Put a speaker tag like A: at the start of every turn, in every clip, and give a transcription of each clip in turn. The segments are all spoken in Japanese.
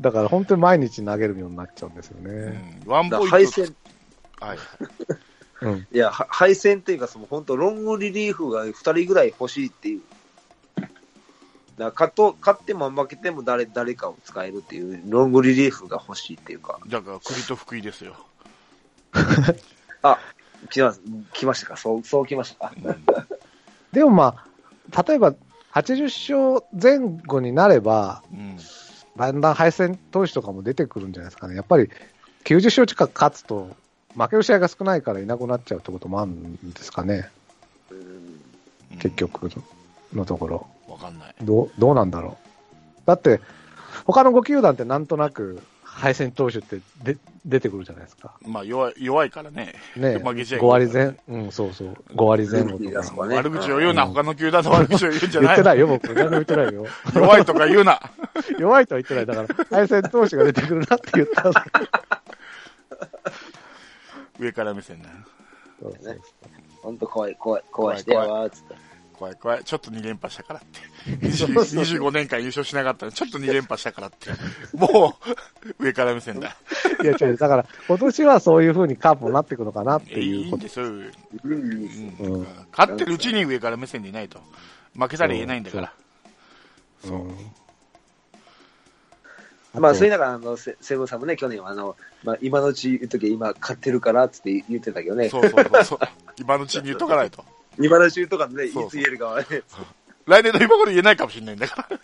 A: だから本当に毎日投げるようになっちゃうんですよ
B: う
A: ね。
B: んワン
C: だ
B: ポイン
C: 配
B: ト。
C: 線、
B: はい。
A: うん。
C: いや、は配線っていうか、その本当、ロングリリーフが2人ぐらい欲しいっていう。だから勝と勝っても負けても誰誰かを使えるっていう、ロングリリーフが欲しいっていうか。
B: だから、栗と福井ですよ。
C: あ、来ま来ましたかそう、そう来ましたか
A: でもまあ、例えば80勝前後になれば、
B: うん。
A: だんだん敗戦投手とかも出てくるんじゃないですかね。やっぱり90勝近く勝つと、負ける試合が少ないからいなくなっちゃうってこともあるんですかね。
C: うん
B: うん
A: 結。局のところ。
B: わかんない。
A: どう、どうなんだろう。だって、他の5球団ってなんとなく敗戦投手ってで出てくるじゃないですか。
B: まあ、弱い、弱いからね。
A: ね
B: 負けちゃい
A: 5割前、うん、そうそう。5割前後
C: ルーキー
A: と
C: が
A: か
C: そ。うね
B: 悪口を言うな、他の球団の悪口を言うんじゃ
A: 言
B: な
A: っ
B: い。
A: てないよ、僕。何も言ってない よ。
B: 弱いとか言うな。
A: 弱いとは言ってない。だから、敗戦投手が出てくるなって言ったんですけ
B: 上から目線な。
A: ど そうそう
C: 本当怖い、怖い、怖いしてやわーっつって。
B: 怖い怖い。ちょっと2連覇したからって。20 25年間優勝しなかったのにちょっと2連覇したからって。もう、上から目線だ。
A: いや、違う。だから、今年はそういう風にカープもなっていくのかなって
B: えい
A: い
B: いういん
A: こ
B: で
A: と。
B: すよ。うん
C: うん
A: うん
B: 勝ってるうちに上から目線でいないと。負けたら言えないんだから。
A: そう。
C: まあ、そういう中、あの、セセブンさんもね、去年は、あの、まあ、今のうち言うとき、今買ってるからっつって言ってたけどね、
B: そうそうそうそう。今のうちに言っとかないと。
C: 今のうち言うとかね、いつ
B: そうそう
C: 言えるかはね、
B: 来年の今頃言えないかもしれないんだから。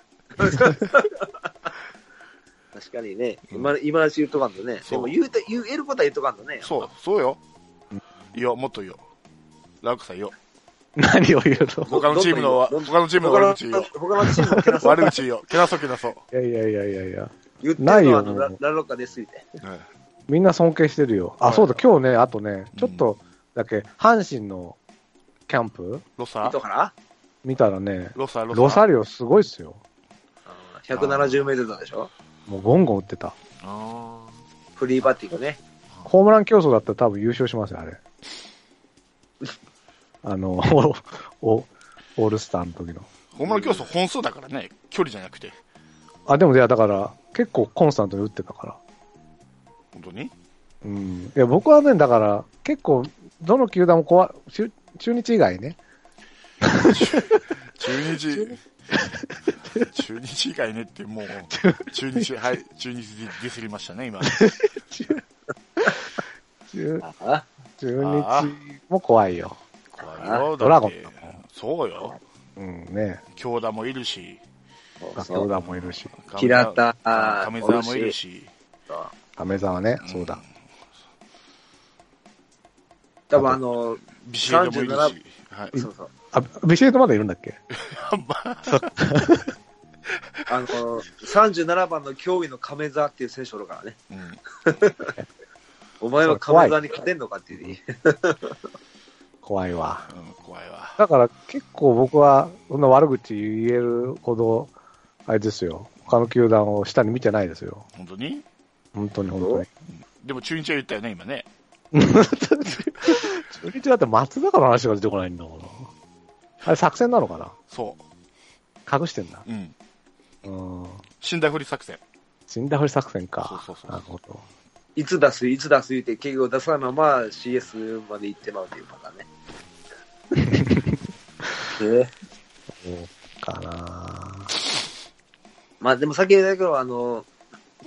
C: 確かにね、今の今のうち言うとかんとね、
B: そ
C: で
B: う
C: も言うて、言えることは言うとかんとね、
B: そう、そうよ。いいよ、もっといいよ。ラウクさんいいよ。
A: 何を言うの
B: 他のチームの、
C: どんどん
B: 他のチームの
C: 他
B: 悪
C: の
B: 口言うよ。
C: 他のチームのけなそう
B: 悪口言うよ。けなそうけな そう。
A: いやいやいやいやいや。
C: 言って
A: ない
C: るの
A: よ
C: はあのララロッカですって。
B: うん
A: みんな尊敬してるよ。
B: は
A: あ、
B: い
A: そうだ、今日ね、あとね、
B: うん
A: ちょっとだけ、阪神のキャンプ
B: ロサ
C: 糸原
A: 見たらね、
B: ロサロサ
A: ロサリオすごいっすよ。
C: あー170メートルなんでしょ
A: もうゴンゴン打ってた。
B: あ
C: フリーバッティングね。
A: ホームラン競争だったら多分優勝しますよ、あれ。あの、 おおオールスターの時の。
B: ーホームラン競争本数だからね、距離じゃなくて。
A: あ、でもいや、だから、結構コンスタントに打ってたから。
B: 本当に
A: うん。いや、僕はね、だから、結構、どの球団も怖い、中中日以外ね。
B: 中 日、中日以外ねってもう、中 日、はい、中日ディスりましたね、今。
A: 中
C: ああ
A: 中日も怖いよ。
B: 怖いよ、
A: ドラ
B: だ
A: ゴ
B: っ
A: ン
B: て。そうよ。
A: うんね。
B: 京田もいるし、
C: そう
A: 学
C: そ
A: 校
C: う。
A: 団もいるし。
C: 平田あー
B: 亀沢もいるし。
A: 亀沢ね、
B: ん
A: そうだ。
C: 多分あの、
B: ビシエドもいるし、
C: 37
B: はい。
C: そうそう。
A: あ、ビシエドまだいるんだっけ
C: あの、37番の脅威の亀沢っていう選手おるからね。
B: うん
C: お前は亀沢に勝てんのかっていう。
A: 怖いわ。
B: うん、怖いわ。
A: だから結構僕は、そんな悪口言えるほど、あれですよ。他の球団を下に見てないですよ。
B: 本当に
A: 本当に本当に。
B: でも中日は言ったよね、今ね。
A: 中日だって松坂の話が出てこないんだもん。あれ作戦なのかな
B: そ
A: 隠してんだ。
B: う。うん。
A: うん。
B: 死んだふり作戦。
A: 死んだふり作戦か。
B: そうそうそう
A: なるほど。
C: いつ出す、いつ出すって、結局出さないまま CS まで行ってまうというパターンね。えー
A: そうかな
C: まあでも先ほど言ったけど、あの、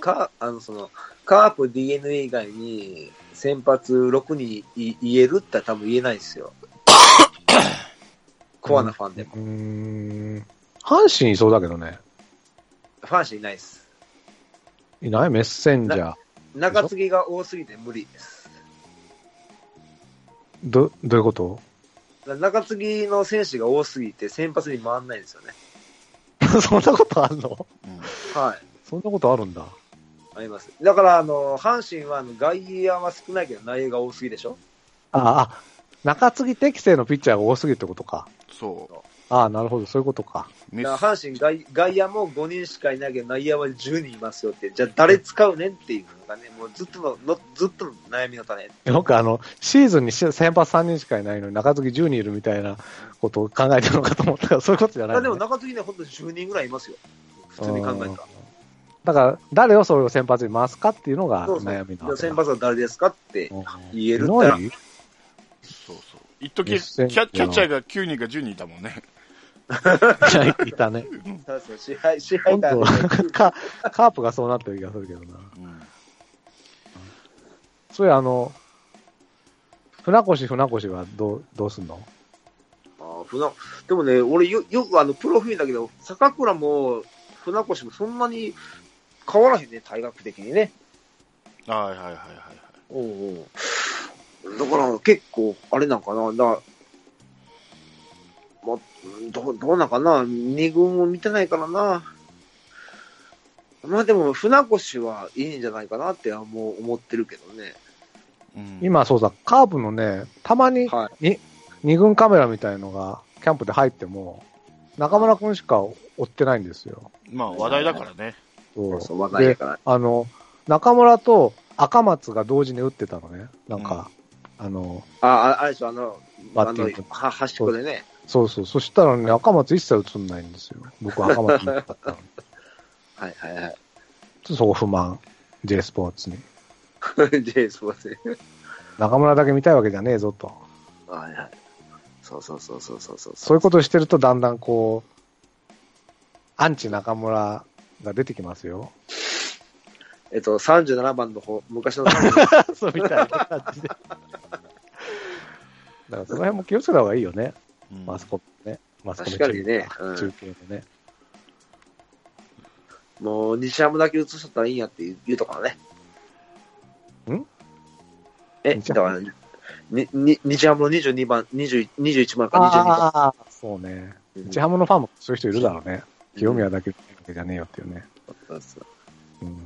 C: か、あの、その、カープ DNA 以外に、先発6人い言えるって多分言えないですよ。コアなファンでも。
A: うーん。阪神いそうだけどね。
C: ファンしいないです。
A: いないメッセンジャー。
C: 中継ぎが多すぎて無理です。
A: ど、どういうこと
C: 中継ぎの選手が多すぎて先発に回んないんですよね。
A: そんなことあるの
B: うん。
C: はい。
A: そんなことあるんだ。
C: あります。だから、あの、阪神はあの外野は少ないけど内野が多すぎでしょ
A: ああ、中継ぎ適正のピッチャーが多すぎってことか。
B: そ
A: ああ、なるほど、そういうことか。
B: う。メ
C: だ
B: ッ
C: から阪神外外野も5人しかいないけど内野は10人いますよって、じゃあ誰使うねんっていうのがね、もうずっとの、のずっとの悩みの種。
A: なんかあの、シーズンにし先発3人しかいないのに中継ぎ10人いるみたいなことを考えてるのかと思ったから、そういうことじゃない、
C: あ
A: ね。
C: でも中継ぎね、ほんと10人ぐらいいますよ。普通に考えたら。
A: だから、誰をそれを先発に回すかっていうのが
C: そうそう
A: 悩みの。
C: 先発は誰ですかって
A: うん
C: 言え
A: い
C: るった
A: な
C: ら
A: い
B: そうそう。一時キ
A: 熱戦
B: ャキャッチャーが9人か10人いたもんね。
A: い たね。
C: そうそう支配、支配
A: 本
C: 下
A: 当カカープがそうなってる気がするけどな。
B: うん
A: そういや、あの、船越、船越はどう、どうすんの
C: ああ船でもね、俺よ、よくあの、プロフィールだけど、坂倉も船越もそんなに変わらへんね、体学的にね。
B: はいはいはいはい
C: おうおうだから結構、あれなんかな、だまあ、どう、どうなんかな、二軍を見てないからな。まあでも、船越はいいんじゃないかなってはもう思ってるけどね。
B: はい。うん、
A: 今、そうさ、カープのね、たまに
C: は
A: に二軍カメラみたいのがキャンプで入っても、中村君しか追ってないんですよ。
B: まあ話題だからね。
A: そう
C: そう、わかんないから。
A: あの、中村と赤松が同時に打ってたのね。なんか、あの、
C: ああ、あれでしょ、あの、
A: バ
C: あ
A: ッテ
C: の
A: ィング、。
C: は、端っこでね。
A: そうそう。そしたらね、赤松一切映んないんですよ。僕は赤松だったのに。
C: はいはいはい。
A: ちょっ とそこ不満。J スポーツに。
C: で、すいま せん。
A: 中村だけ見たいわけじゃねえぞと。
C: はいはい。そうそうそうそうそうそう。
A: そういうことをしてるとだんだんこう、アンチ中村が出てきますよ。
C: えっと、37番の方、昔の37 番
A: そうみたいな感じ で。だからその辺も気をつけた方がいいよね。
B: うん
A: マスコミね。マスコミ
C: 確かにねうん
A: 中継のね。
C: もう西山だけ映しとったらいいんやって言うとかね。
A: ん
C: え、
A: 西
C: だ
A: 山
C: から、に、に、西山の22番、20 21番か22番。
A: ああ、そうね。
C: うん
A: 日ハムのファンもそういう人いるだろうね。清宮だけ見てるわけじゃねえよっていうね。
C: そうそう
A: うん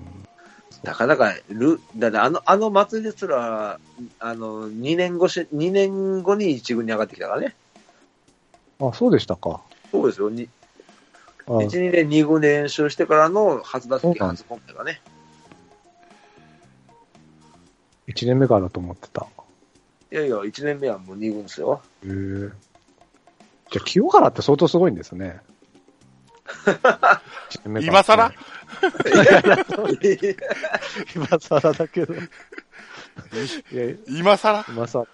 C: なかなか、ル、だってあの、あの祭りですら、あの、2年越し、2年後に一軍に上がってきたからね。
A: あ、そうでしたか。
C: そうですよ。に
A: あ
C: 1、2年、2軍練習してからの初打
A: そう
C: 席、
A: なんで
C: 初本命がね。
A: 1年目からだと思ってた。
C: いやいや、1年目はもう2軍で すよ。
A: へえ。じゃあ、清原って相当すごいんです ね。1年目から
B: 今更
A: 今更だ けど。いや、
B: 今更
A: 今更。い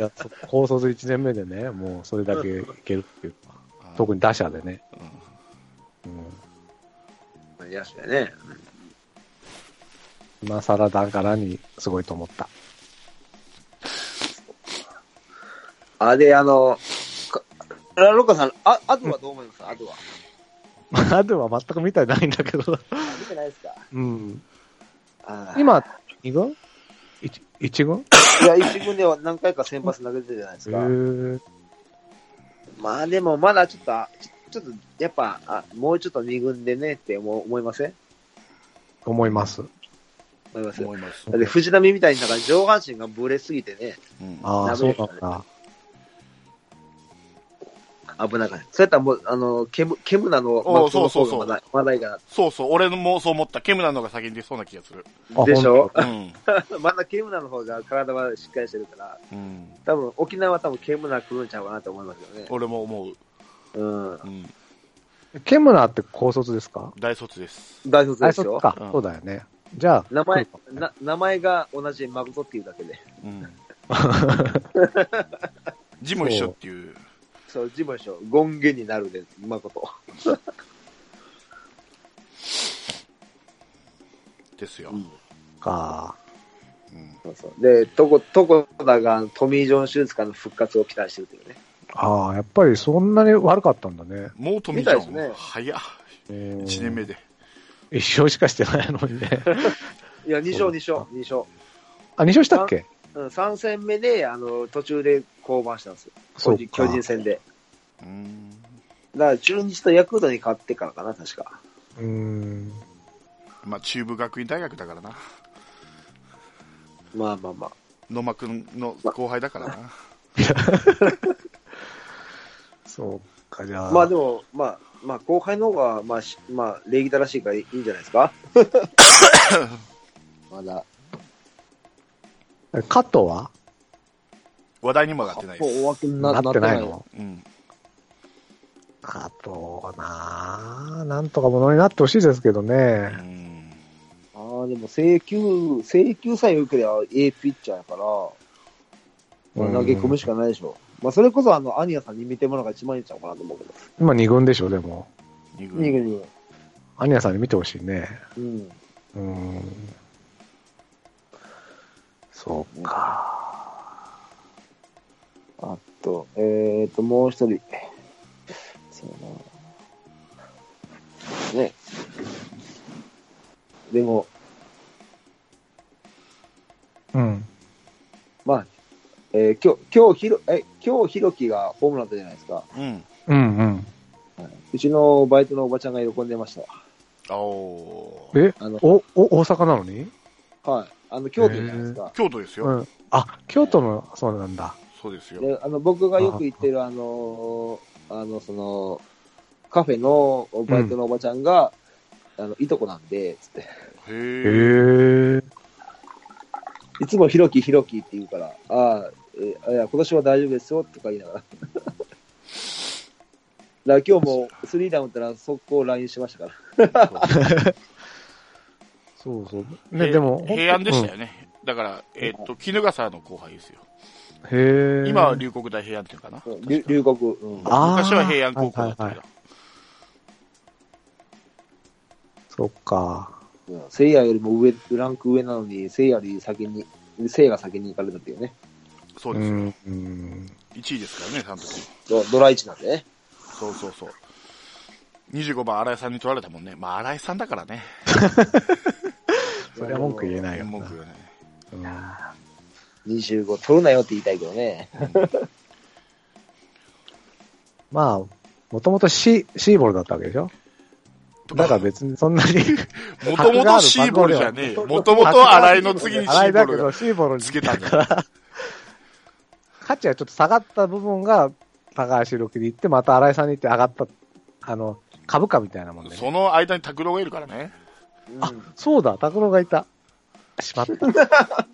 A: や、そう高卒1年目でね、もうそれだけいけるっていうか。特に打者でね。
B: うん
A: うん
C: 野手やね。
A: 今更だからにすごいと思った。
C: あ、で、あの、かラロッカさん、あ、あとはどう思いますかあとは。
A: まあ でも全く見たいないんだけど。
C: 見てないですか
A: うん。
C: あー
A: 今、2軍 ?1 一軍
C: いや、一軍では何回か先発投げてるじゃないです
A: へ
C: か。
A: ー
C: まあでも、まだちょっと、あちょちょっと、やっぱ、あもうちょっと二軍でねって思思いません
A: 思います。
C: 思いますだ
B: 思います。
C: って藤波みたいになんか上半身がブレすぎてね、
B: うん
A: ああ、
C: ダ
A: そ
C: メ
A: うなんだ。
C: 危なかった。そうやったらもう、あの、ケム、ケムナの
B: おう
C: 松尾の
B: そう
C: 方
B: そうそう
C: がまだ、まだいいか
B: そうそう、俺もそう思った。ケムなのが先に出そうな気がする。
A: あ
C: な。でしょ
B: うん。
C: まだケムナの方が体はしっかりしてるから、
B: うん。
C: 多分沖縄は多分ケムナ来るんちゃうかなと思いますよね。
B: 俺も思う。
C: う
B: う
C: ん。
B: ん。
A: ケムナーって高卒ですか
B: 大卒です。
C: 大卒で
A: 大
C: しょ
A: 卒か
B: う。ん
A: そうだよね。じゃあ、
C: 名前
A: 来る、かもね
C: な名前が同じマグトっていうだけで。
B: うん。字も一緒っていう。
C: そう、ジムでしょ。ゴンゲになるで、マコト。
B: ですよ。
A: か。
B: うん。
C: そうそう。で、トコ、トコダがトミー・ジョン手術からの復活を期待してるというね。
A: ああ、やっぱりそんなに悪かったんだね。
B: もう富ちゃ
C: みたいです
B: ん。
C: ね
B: 早っ。
A: 1
B: 1年目。で。
A: 一勝しかしてないのにね。
C: いや、2勝、2勝、2勝。
A: あ、2勝したっけ
C: うん、3戦目で、あの、途中で降板したんですよ。
A: そう
C: 巨人
A: か
C: 巨。人戦で。
B: うん。
C: だから、中日とヤクルトに勝ってからかな、確か。
A: うーん。
B: まあ、中部学院大学だからな。
C: まあまあまあ。
B: 野間くんの後輩だからな。
A: そうか、じゃあ。
C: まあでも、まあ、まあ、後輩の方が、まあ、しまあ、礼儀正しいからいいいいんじゃないですかまだ。
A: カットは
B: 話題にも上がってないで
C: もう
B: す。
C: お枠に
A: な
C: な
A: ってないの
B: うん。
A: あとなあ、なんとかものになってほしいですけどね
B: う。ん。
C: ああ、でも請求、請求さえ良ければ A ピッチャーやから、
A: うん
C: 投げ込むしかないでしょ。まあ、それこそあの、アニヤさんに見てもらうのが一番いいんちゃうかなと思うけど。
A: 今2軍でしょ、でも。
B: 二
C: いい
B: 軍。
C: けど
A: アニヤさんに見てほしいね。
C: うん。
A: うん。そうか。
C: あと、えーと、もう一人。そうな。ね。でも、
A: うん。
C: まあ、えー今日、今日ひろ、え、今日ひろきがホームランだったじゃないですか。
B: うん。
A: うんうん。
C: うちのバイトのおばちゃんが喜んでました。
B: おー
A: え、
C: あの、
A: お、お、大阪なのに
C: はい。あの、京都じゃないですか。
B: 京都ですよ。
A: うん。あ、京都の、そうなんだ。
B: そうですよ。
C: で、あの、僕がよく行ってる、あのーあの、その、カフェのバイトのおばちゃんが、あの、いとこなんで、つって。
B: へ
A: へえ。
B: え。
C: いつもひろきひろきって言うから、ああ、えあいや、今年は大丈夫ですよ、とか言いながら。だから今日もスリーダウン打ったら速攻 LINE しましたから。
A: そうそう。
B: へ
A: ね、でも。
B: 平安でしたよね。だから、えっと、衣笠の後輩ですよ。
A: うん。へえ。
B: 今は龍谷大平安っていうのかな。
C: うん留留学。うん。
A: あー
B: 昔は平安高校だった
A: はいは
B: け
A: い
B: ど
A: は。そっか。
C: うんせいやよりも上、ランク上なのに、せいやより先に、せいやが先に行かれたっていうね。
B: そう
A: う
B: ですよ。
A: ん。うん
B: 1位ですからね、その時。
C: ドドラ1なんでね。
B: そうそうそう。25番、新井さんに取られたもんね。まあ、新井さんだからね。
A: それは文句言えないよな。
B: 文句よね。
A: うん
C: 25取るなよって言いたいけどね。
A: まあ、もともとシシーボルだったわけでしょだから別にそんなに。
B: もともとシーボルじゃねえよ。もともと新井の次にシ
A: 洗
B: ー
A: いだ
B: ボ
A: け
B: ル
A: ど、
B: が
A: シーボルに
B: つけたんだよ。
A: 価値がちょっと下がった部分が、高橋宏樹に行って、また新井さんに行って上がった、あの、株価みたいなもんで、ね。
B: その間に拓郎がいるからね。
A: あ、そうだ、拓郎がいた。しまった。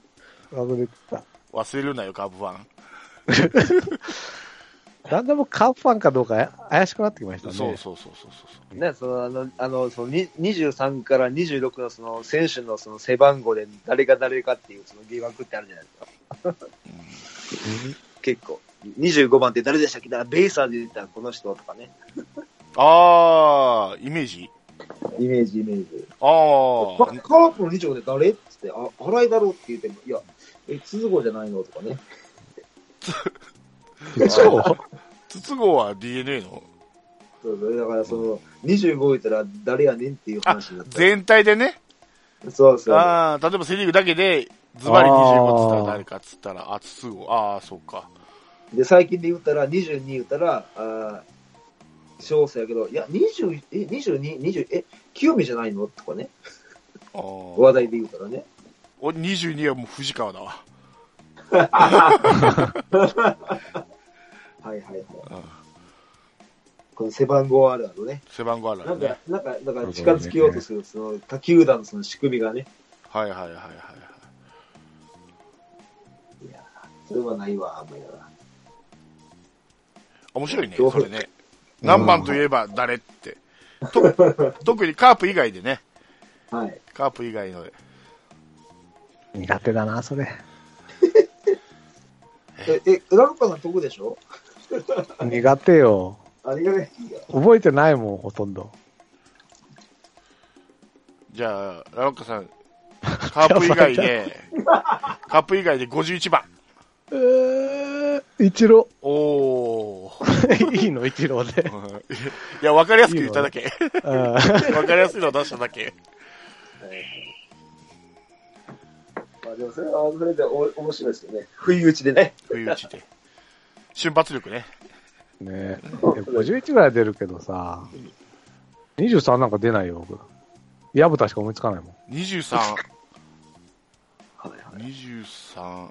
A: 忘れてた。
B: 忘れるなよ、カープファン。
A: だんだんもうカープファンかどうか怪しくなってきましたね。
B: そうそうそうそうそう。
C: うんね、その、あの、あの、その、に23から26のその、選手のその、背番号で誰が誰かっていう、その疑惑ってあるじゃないですか。結構。25番って誰でしたっけだからベイサーズで言ったらこの人とかね。
B: あー、イメージ
C: イメージ、イメージ。
B: あ
C: カ
B: ー、
C: ープの25で誰っつって、あ、荒井だろうって言っても、いや、え、鈴子じゃないのとか ね。
A: う。そう
B: 筒子は DNA の。
C: そうそう、だからその、25いたら誰やねんっていう
B: あ
C: 話になっ、て。
B: 全体でね。
C: そうそう。
B: あー、例えばセリーグだけで、ズバリ25っつったら誰かっつったら、あ、筒子。あー、そうか。
C: で、最近で言ったら、22言ったら、あー小生やけど、いや、20、え、22、20、え、清美じゃないのとかね。
B: あー
C: 話題で言うからね。
B: 俺22はもう藤川だわ。
C: はいはいはい。
B: うん
C: この背番号あるあるね。
B: 背番号ある
C: な
B: よ
C: ん
B: ね
C: か。、なんか、なんか近づけようとする、その、他球団のその仕組みがね。
B: はいはいはいはいはい。
C: それはないわ、あんまりな。
B: 面白いね、
C: どう
B: それね。何番といえば誰って。と特にカープ以外でね。
C: はい。
B: カープ以外ので。
A: 苦手だな、それ。
C: え、え、浦岡さん得でしょ
A: 苦手よ。
C: ありがね。
A: 覚えてないもん、ほとんど。
B: じゃあ、ラロッカさん、カープ以外で、カープ以外で51番。
A: えー、一郎。
B: おー。
A: いいの、一郎で。
B: いや、わかりやすく言っただけ。
A: うん
B: わかりやすいの出しただけ。
C: まあでもそれは、それでお面白いですよね。不意打ちでね。
B: 不意打ちで。瞬発力ね。
A: ねえ、51ぐらい出るけどさ、23なんか出ないよ、僕。矢蓋しか思いつかないもん。
B: 23、
C: はいは
B: 23。
C: い。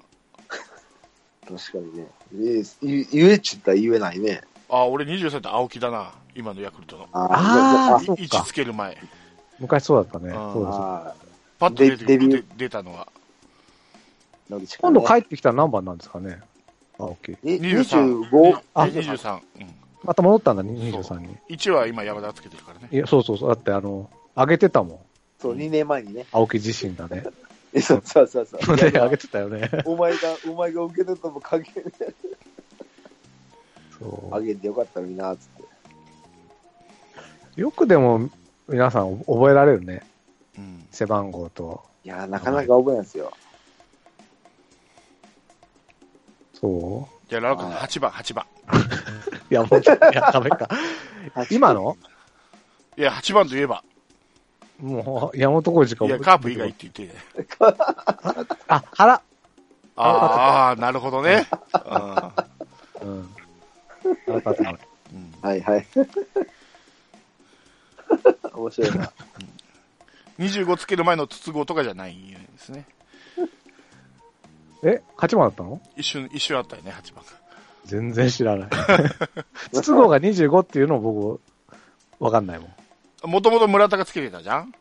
C: 確かにね。えゆ言えっちゅったら言えないね。
B: あ、俺23って青木だな。今のヤクルトの。
C: あ
A: あー
B: い
A: そっか
B: 位置つける前。
A: 昔そうだったね。
B: あー
A: そうです。
C: あ
B: パッと出て
C: デビュー
B: 出て出たのは。
C: ー
A: 今度帰ってきたら何番なんですかね青木。
C: え
B: 23
C: 25、
B: あ
A: あ
B: 23。うん
A: また戻ったんだ、23に。
B: 1は今山田つけてるからね。
A: いや、そうそうそう、だってあの、上げてたもん。
C: そう、2年前にね。
A: 青木自身がね。
C: えそうそうそうそう。
A: ね、 上げてたよね。
C: お前が、お前が受け取ったのも関係ない。
A: そ
C: あげてよかったのにな、つって。
A: う。よくでも、皆さん覚えられるね。
B: うん。
A: 背番号と。
C: いやー、なかなか覚えないですよ。
A: そ
B: じゃあ、ラオ君8番、8番。
A: う いや、もう、いや、ダメか。今の
B: いや、8番といえば、
A: もう、山本浩二か
B: いや、カープ以外って言ってね。
A: あ、原。
B: ああ、なるほどね。あー
A: うん。原辰徳
B: うん
C: はいはい。 面白いな。
B: 25つける前の筒子とかじゃないんですね。
A: え、8番だったの
B: 一瞬、一瞬あったよね、8番が。
A: 全然知 らない。筒香が25っていうのを僕、わかんないもん。
B: もともと村田がつけてたじゃん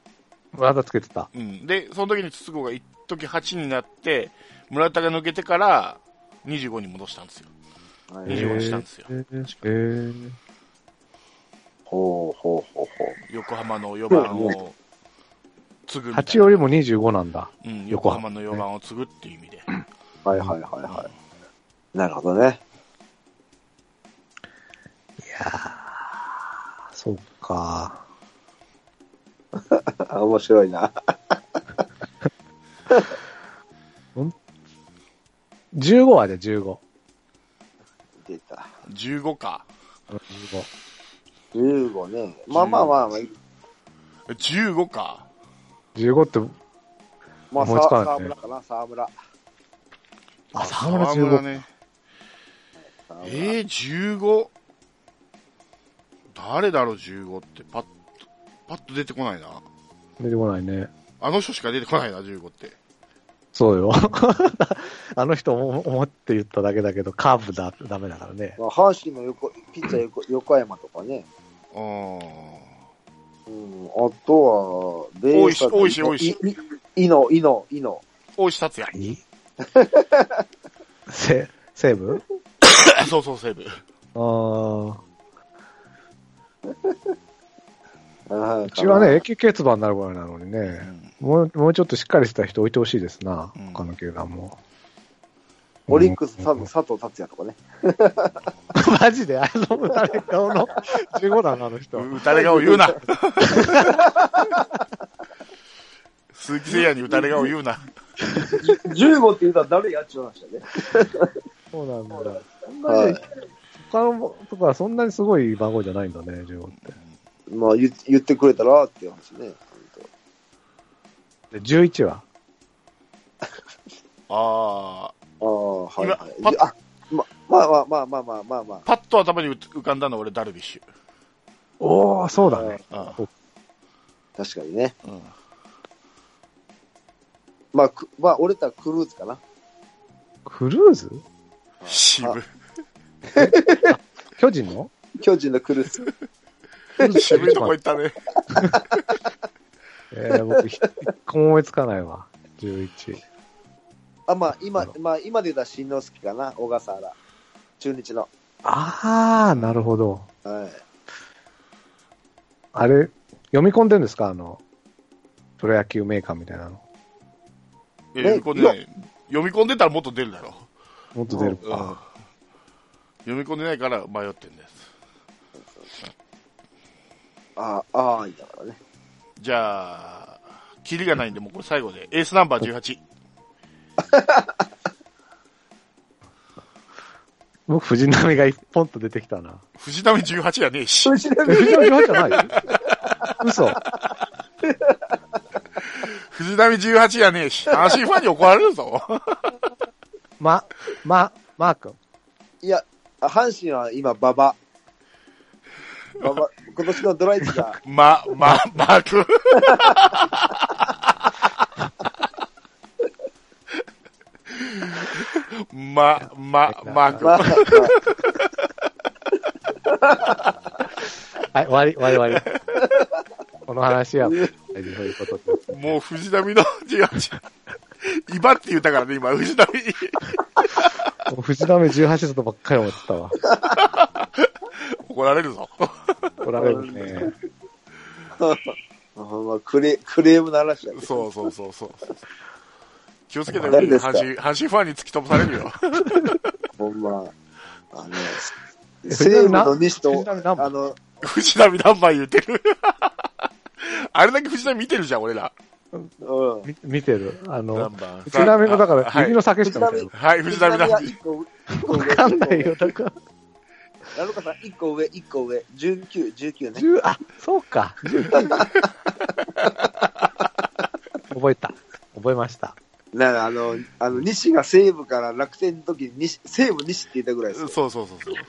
A: まだつけてた。
B: うん。で、その時に筒子が一時8になって、村田が抜けてから25に戻したんですよ。
C: はい
B: 二十五にしたんですよ
A: へー
B: 確か
A: へー
C: ほうほうほうほ
B: 横浜の4番を継ぐみたい
A: 8
B: な。
A: よりも25なんだ。
B: うん、横浜の4番を継ぐっていう意味で。
C: う。はいはいはいはい。なるほどね。
A: そうか。
C: あ面白いな。
A: 15はじゃあ15。
C: 出た。
B: 15か。
A: 15。
C: 15ね。まあまあまあまあ、
B: 15か。
A: 15って、
C: まあ、
A: 思いつかない
C: 沢村かな、沢村。
A: あ、沢村15。
B: ね。
C: 沢村
B: えー、15。誰だろう、15って。パッと、パッと出てこないな。
A: 出てこないね。
B: あの人しか出てこないな、15って。
A: そうよ。 あの人も思って言っただけだけど、カーブだ、ダメだからね。
C: まあ、阪神の横、ピッチャー横横山とかね。
B: あー
C: うん。あとは、ベース
B: 大石大石
C: いいいの、いの、いの。
B: 大石達 也。
A: いせ、セーブ
B: そうそう、セーブ。
A: ああ。
C: う
A: うちはね、永久欠番になるぐらいなのにね、もう、もうちょっとしっかりした人置いてほしいですな、
B: うん
A: 他の球団も。
C: オリックス、多分
A: うん
C: 佐藤達也とかね。
A: マジで、 あの、打たれ顔の15段のあの人。
B: 打たれ顔言うな。 鈴木誠也に打たれ顔言うな。
C: 15って言うたら誰やっちゃいましたね。
A: そうなんだ。そんな
C: は
A: に、他のとかそんなにすごい番号じゃないんだね、15って。
C: い。まあ言、言ってくれたらっていう話ね。
A: で、11は
B: ああ、
C: ああ、はい、は
B: 今
C: い。あ、ま、まあまあまあまあまあまあまあ。
B: パッと頭に浮かんだのは俺ダルビッシ
A: おおそうだね。
B: ュ。
C: 確かにね。
B: うん。うん
C: まあ、くまあ、俺とはクルーズかな。
A: クルーズ
B: 渋。
A: 巨人の
C: 巨人のクルーズ。
B: 渋いとこ行ったね。
A: えー、僕、ひ一個も思いつかないわ。11。
C: あ、まあ、今、まあ、今で言ったら新之助かな、小笠原。中日の。
A: あー、なるほど。
C: はい。
A: あれ、読み込んでるんですかあの、プロ野球メーカーみたいなの。
B: いや読み込んでない。読み込んでたらもっと出るだろ
A: もっと出る
B: う。うん
A: か。
B: 読み込んでないから迷ってんです。
C: ああ、ああ、だから ね。
B: じゃあ、キリがないんで、もうこれ最後で。エースナンバー18。
A: 僕、藤波が一本と出てきたな。
B: 藤波18やねえし。
C: 藤浪
A: え藤波18じゃない 嘘。
B: 藤波18やねえし。阪神ファンに怒られるぞ。
A: ま、ま、マー君。
C: いや、あ阪神は今、馬場。馬場、今年のドライ チが、
B: ま、ま、マーク。 ま、ま、マーク。
C: まあ、
A: はい、終わり、終わり、終わり。この話は、そういうことで。
B: もう藤波の18。イバって言ったからね、今、藤波。
A: もう藤波18だとばっかり思ってたわ。
B: 怒怒られ るぞ。
A: 取られるね。
C: まあ、クレクレームの話だけど。
B: そうそうそうそう。気をつけて
C: 何で
B: 阪
C: すか
B: 神、阪神ファンに突き飛ばされるよ。
C: ほんま、あの、
A: それ
C: 西武の西
A: 藤
C: と、
A: 浪何本
C: あの、
B: 藤波何枚言ってる。 あれだけ藤波見てるじゃん、俺ら。
C: うん。
A: み見てる。あ
B: 何
A: の、
B: 番。
A: ちなみにだか
B: は
A: ら、
B: い
A: 指の酒下みたいな。
B: はい、藤波
C: は
B: 何
C: 一個上一個上
A: わかんないよ、だから。
C: なるかさん、一個上、一個上、19、19ね。
A: 十あ、そうか。覚えた。覚えました。
C: なあの、あの、西が西武から楽天の時に西、西武西って言ったぐらいです
B: そう
C: よ。
B: そうそうそう。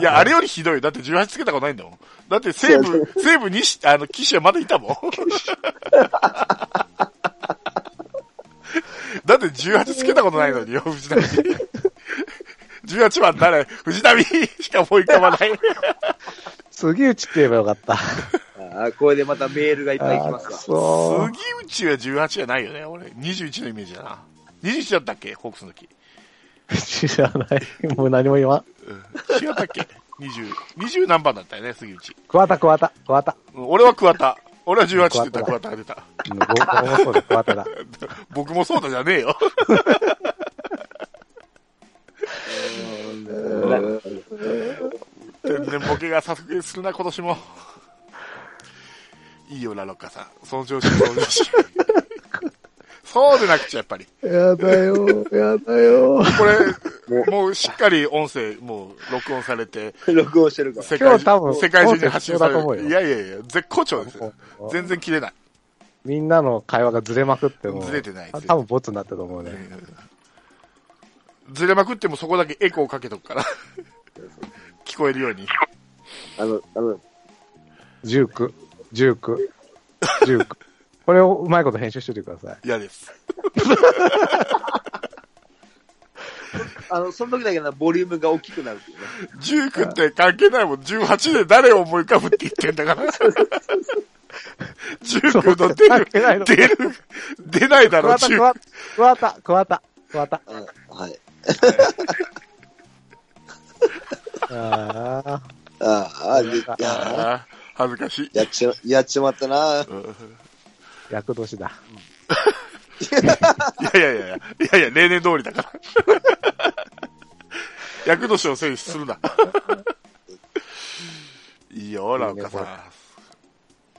B: いや、あれよりひどい。だって18つけたことないんだもん。だって西武、西武にし、あの、騎士はまだいたもん。 だって18つけたことないのによ、藤波。18番誰藤波しか思い浮かばない。
A: 杉内って言えばよかった。
C: ああ、これでまたメールがいっぱい来
A: あ
C: ます
A: く
C: か。
A: そ
B: 杉内は18じゃないよね、俺。21のイメージだな。21だったっけホークスの時。
A: ー。知らない。もう何も言わん。
B: うん。違ったっけ ?20、20何番だったよね、杉内。
A: 桑田、桑田、桑田。
B: うん俺は桑田。俺は18って言った
A: 桑
B: 桑田が出た。
A: うん僕僕もそうだ、桑田だ。
B: 僕もそうだじゃね えよ。
C: うん
B: 全然ボケがさ減するな、今年も。いいよ、ラロッカさん。その調子、その調子。 そうでなくちゃ、やっぱり。
A: やだよ、やだよ。
B: これ、もうしっかり音声、もう録音されて、
C: 録音してるから。
B: 世界
A: 今日多分
B: 中世界中に発信され
A: 音声必要だと思うよ
B: る。いやいやいや、絶好調ですよ。全然切れない。
A: みんなの会話がずれまくっても。
B: ずれてない
A: あ多分ボツになってると思うね。
B: ずれまくってもそこだけエコーかけと くから。聞こえるように。
C: あの、あの、
A: 19、19、19。これをうまいこと編集しておいてください。
B: 嫌です。
C: あの、その時だけな、ボリュームが大きくなるっていうね。
B: 19って関係ないもん。18で誰を思い浮かぶって言ってんだから。19の出
A: 関係ない
B: る
A: の、
B: 出る、出ないだろ、
A: 桑田、
B: 19。
A: 桑田、桑田、桑田、桑田。
C: うんはい。
A: ああ。
C: ああ、ああ、でいや、
B: ああ恥ずかしい。
C: やっちま、やっちまったな。
A: 厄年だ。
B: いやいやいや、いやいや、例年通りだから。役年を選出するな。いいよ、ラウカさ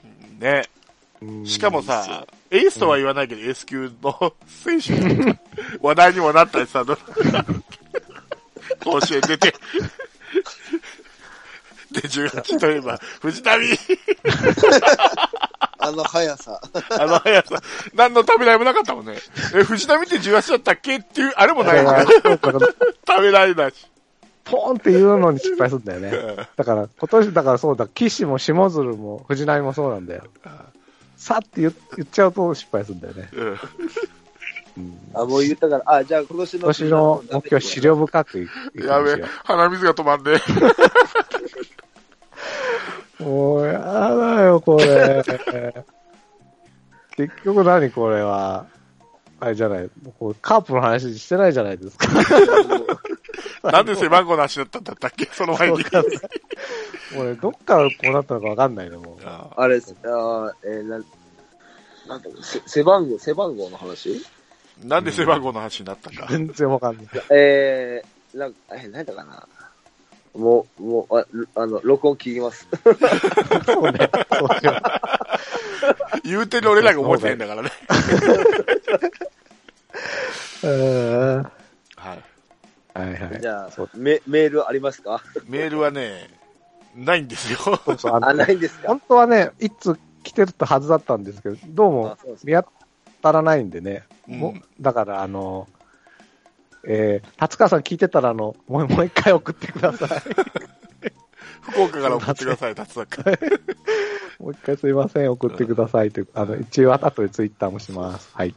B: ん。ね。しかもさ、エースとは言わないけど、エース級の選手が話題にもなったりさ、ど甲子園出て、で、18といえば、藤波、
C: あの速さ。
B: あの速さ、何のためらいもなかったもんね。え、藤波って18だったっけっていう、あれも
A: だ
B: な
A: か
B: いか
A: ら、、そうだ
B: ら
A: から
B: ためらいだし。
A: ポーンって言うのに失敗するんだよね。だから、今年、だからそうだ、岸も下鶴も藤波もそうなんだよ。さって言言っちゃうと失敗するんだよね。
B: うん。
C: あ、もう言ったから、あ、じゃあ今年の。
A: 今年の目標、資。料深くいく
B: やべえ、鼻水が止まんね
A: もう、やだよ、これ。結局何、これは。あれじゃない、こうカープの話してないじゃないですか。
B: え。なんで背番号の足だったんだったっけその前に。
A: もうね、どっからこうなったのかわかんないね、もう。
B: あ
C: あれ、あえー、なん、なんだろう、せ背番号、背番号の話
B: なんで背番号の足になったか。
A: 全然わかんない。
C: えー、なんか、え、なんだかな。もう、もう、ああの、録音切ります。
A: そうね。そうしよう
B: 言うてる俺らが覚えてないんだからね。
A: うん
B: はい。
A: はいはい。
C: じゃあ
A: そう、
C: メメールありますか
B: メールはね、ないんですよ。
A: そうそうあの
C: あ、ないんですか
A: 本当はね、いつ来てるはずだったんですけど、どう
C: あ
A: も
C: そうです
A: 見当たらないんでね。
B: うん
A: もだから、あの、えー、達川さん聞いてたら、あの、もうもう一回送ってくだ さい。
B: 福岡から送ってください、達作。
A: もう一回すいません、送ってくださいという、あの、一応後でツイッターもします。はい。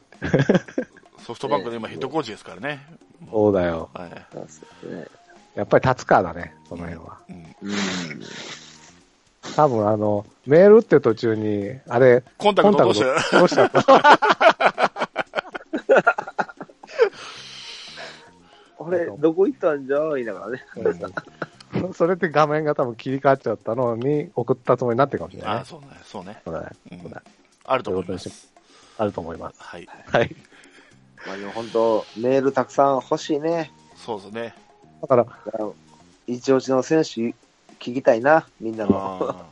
B: ソフトバンクで今ヘッドコーチですからね。
A: そうだよ。
B: はい。
C: そうですね。
A: やっぱり達川だね、その辺は。
B: うん
C: うん。
A: 多分、あの、メール打ってる途中に、あれ、
B: コンタクト落とした
A: コンタクト落としちゃった。
C: あれ、どこ行ったんじゃ言いながらね。
A: うんそれって画面が多分切り替わっちゃったのに送ったつもりになってるかもしれない
B: あ
A: ね。
B: そうね、そうね。
A: そうだね。
B: うん
A: そうだね
B: あると思います。
A: あると思います。
B: はい。
A: はい。
C: まあでも本当、メールたくさん欲しいね。
B: そうですね。
A: だから、
C: 一押しの選手聞きたいな、みんなの。
B: あ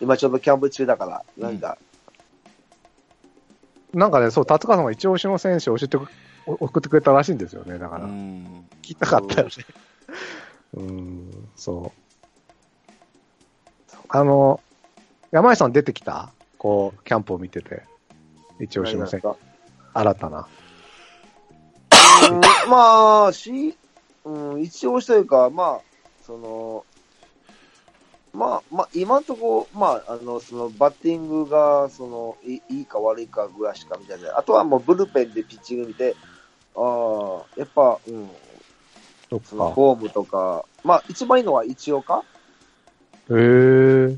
C: 今ちょうどキャンプ中だから、なんか、
A: なんかね、そう、達川さんが一押しの選手を教えてく、お送ってくれたらしいんですよね。だか
B: ーう
A: ら、
B: ん。
A: 聞きたかったよね。うん、そう。あの、山井さん出てきたこう、キャンプを見てて。一押しの選手。
C: なんか
A: 新たな。
C: うんまあ、し、うん、一応しというか、まあ、その、まあ、まあ、今んとこ、まあ、あの、その、バッティングが、その、いいいか悪いかぐらいしか見たいない。あとはもう、ブルペンでピッチング見て、ああ、やっぱ、うん、
A: そっ
C: その、
A: か。
C: フォームとか、まあ、一番いいのは一岡
A: へー。
C: う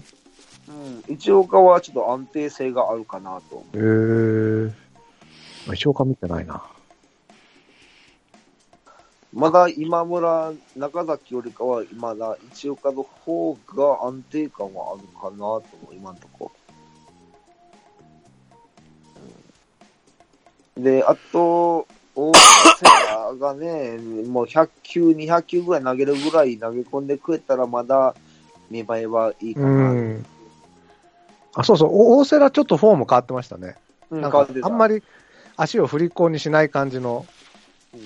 C: ん、一岡はちょっと安定性があるかなと。
A: へー。一応か見てないな。
C: まだ今村、中崎よりかは、まだ一岡の方が安定感はあるかなと思う、今のとこ。うんで、あと、大瀬がね、もう100球、200球ぐらい投げるぐらい投げ込んでくれたら、まだ見栄えはいいか
A: う
C: な。
A: ん。あ、そうそう。お大瀬良ちょっとフォーム変わってましたね。
C: うん
A: なんか、あんま
C: り、
A: り足を振り子にしない感じの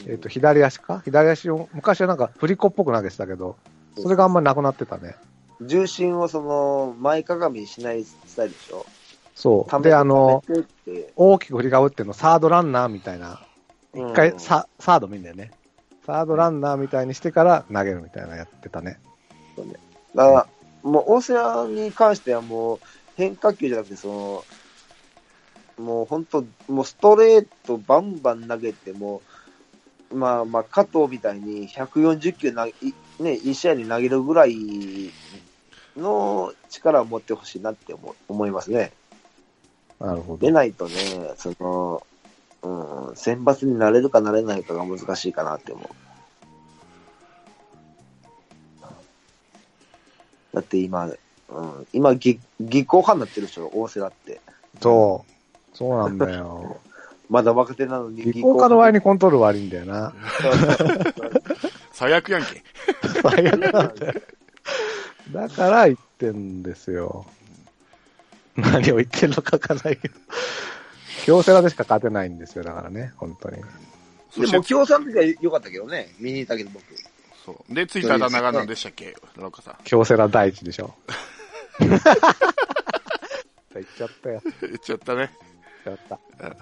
A: えっ、と、
C: うん
A: 左足か左足を、昔はなんか振り子っぽく投げてたけど、それがあんまりなくなってたね。
C: 重心をその、前かがみにしないスタイルでしょ。
A: そう。で、あの、
C: 溜めてって、
A: 大きく振りかぶってんのサードランナーみたいな、
C: 一
A: 一回ササード見んだよね。サードランナーみたいにしてから投げるみたいなのやってたね。
C: だから、もう、大瀬良に関してはもう、変化球じゃなくて、その、もう本当、もうストレートバンバン投げても、まあまあ、加藤みたいに140球投げ、いね、1試合に投げるぐらいの力を持ってほしいなって思思いますね。
A: なるほど
C: で。ないとね、その、うん、選抜になれるかなれないかが難しいかなって思う。だって今、うん、今、ぎ技巧派になってるでしょ、大瀬だって。
A: そう。そうなんだよ。
C: まだ若手なのに
A: 技巧家の場合
C: に。
A: にコントロール悪いんだよな。
C: そうそうそう
B: 最悪やんけ。
A: 最悪なんだよだから言ってんですよ。何を言ってんのかわかんないけど。京セラでしか勝てないんですよ、だからね、本当に。
B: そし
C: で
B: て
C: も、、京さんの時は良かったけどね、見に行ったけど僕。
B: そう。で、ついたあだ名が何でしたっけ奈岡さん。
A: 京セラ第一でしょ。言っちゃったよ。言っ
B: 言っちゃったね。
A: ちゃった
B: うん。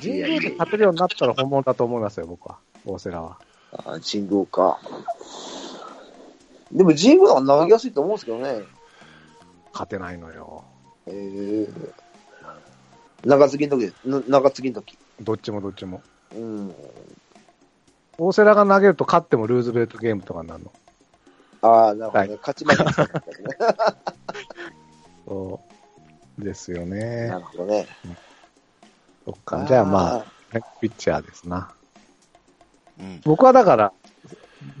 A: 神宮で勝てるようになったら本物だと思いますよ、僕は。大瀬良は。
C: ああ、神宮か。でも、神宮の方が投げやすいと思うんですけどね。
A: 勝てないのよ。
C: えー、中継ぎの時です、な中継ぎの時。
A: どっちもどっちも。
C: うん。
A: 大瀬良が投げると勝ってもルーズベルトゲームとかになるの。
C: ああ、なるほどね。
A: は
C: 勝ち負けです ね
A: そう。ですよね
C: な。るほどね。
A: そっか。じゃあまあ、ピッチャーですな。
B: うん。
A: 僕はだから、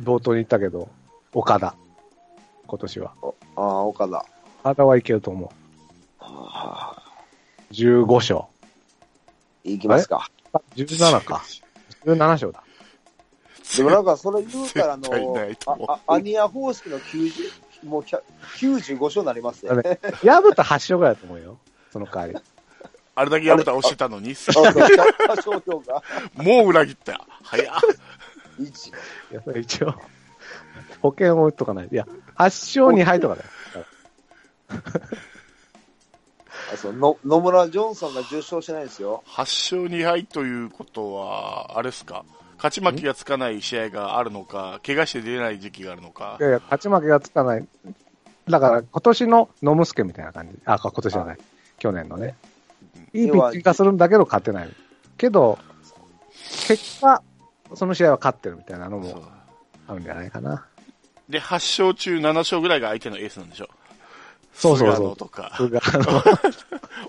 A: 冒頭に言ったけど、岡田。今年は。
C: ああ、岡田。
A: 岡田はいけると思
C: ああ
A: う。15勝。
C: いきますか。
A: あ17か。17勝 だ。
C: でもなんか、それ言うたら、あ
B: 絶対ないと思う
C: の、ああアニア方式の90、もうキャ95勝になりますね。
A: だね。薮田8勝ぐらいだと思うよ。その代わり。
B: あれだけやめたら押してたのに、
C: あそう、100勝強が。
B: もう裏切ったよ。早っ。
C: 一
A: いや、それ一応。保険を打っとかない。いや、8勝2敗とかだよ。
C: あそうの野村ジョンソンが10勝してないですよ。
B: 8勝2敗ということは、あれですか。勝ち負けがつかない試合があるのか、怪我して出れない時期があるのか
A: い。やいや、勝ち負けがつかない。だから、今年のノムスケみたいな感じ。あ、今年じゃない。去年のね。いいピッチングがするんだけど勝てない。けど、結果、その試合は勝ってるみたいなの
B: そう
A: もあるんじゃないかな。
B: で、8勝中7勝ぐらいが相手のエースなんでしょ。
A: そうそうそう
B: 菅野とか、
A: それがあの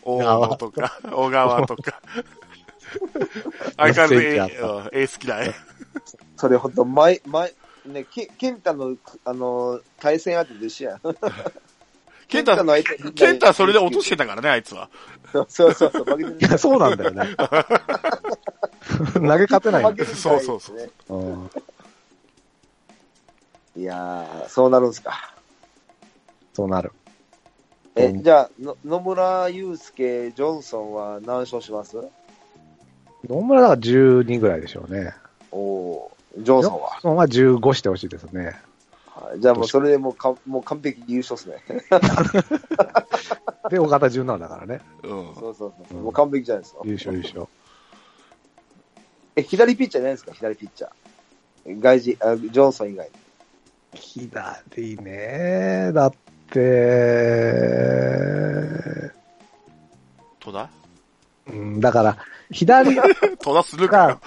B: 大野とか、小川とか。相変わらず
A: メッセ
B: A
A: ージあ
B: うん A 好きだね。
C: それほんと、前、前、ね、ケケンタの、あのー、対戦相手と一緒やん。
B: ケンタ、
C: の相手
B: ケンタはそれで落としてたからね、あいつは。
C: そうそうそう、負け
A: い
C: てる
A: や、そうなんだよ ね。投げ勝てない
C: 負
A: ん
C: け
A: だ
C: てる
B: そうそうそう
C: ね
A: うん。
C: いやー、そうなるんすか。
A: そうなる。
C: え、
A: うん
C: じゃあ、の野村祐介、ジョンソンは何勝します
A: 野村だから12ぐらいでしょうね。
C: おおージョンソンは。
A: そのは15してほしいですね。
C: はいじゃあもうそれでもうかもう完璧に優勝っすね。
A: で、岡田17だからね。
B: うん。
C: そうそうそう。
A: うん
C: もう完璧じゃないですか。
A: 優勝優勝。
C: え、左ピッチャーじゃないですか、左ピッチャー。外人、あジョンソン以外。
A: 左ね。だって、
B: 戸田
A: うん、だから、左が
B: 戸田する かよ。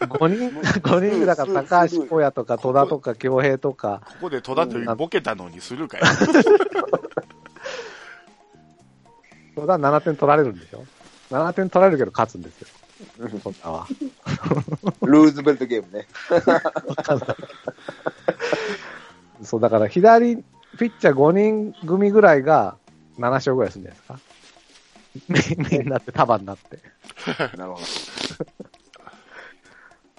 A: 5人、5人だから高橋小也とか戸田とか京平とか、
B: ここで戸田というボケたのにするかよ。
A: 戸田7点取られるんでしょ ?7 点取られるけど勝つんですよ。戸田は。
C: ルーズベルトゲームね。
A: そう、だから左、ピッチャー5人組ぐらいが7勝ぐらいするんじゃないですか。メインになって、束になって。
C: なるほ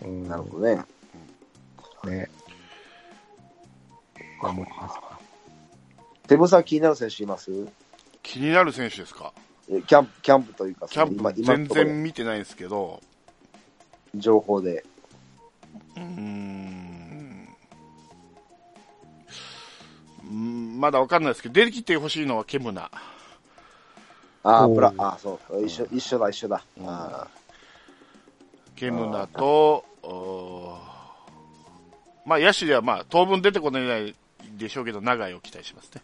A: うん
C: ど。なるほどね。
A: ね。
C: 手ブさん気になる選手います
B: 気になる選手ですか
C: えキャンプ、キャンプというか、
B: キャンプ
C: の
B: 全
C: ところ
B: 然見てないですけど、
C: 情報で。
B: うーんうーんまだわかんないですけど、出てきてほしいのはケムナ。
C: ああ、
A: おー
C: プラ、ああ、そう。一緒、一緒だ、一緒だ。
B: うん
C: あ
B: ケムナと、おーまあ、野手ではまあ、当分出てこないでしょうけど、長井を期待しますね。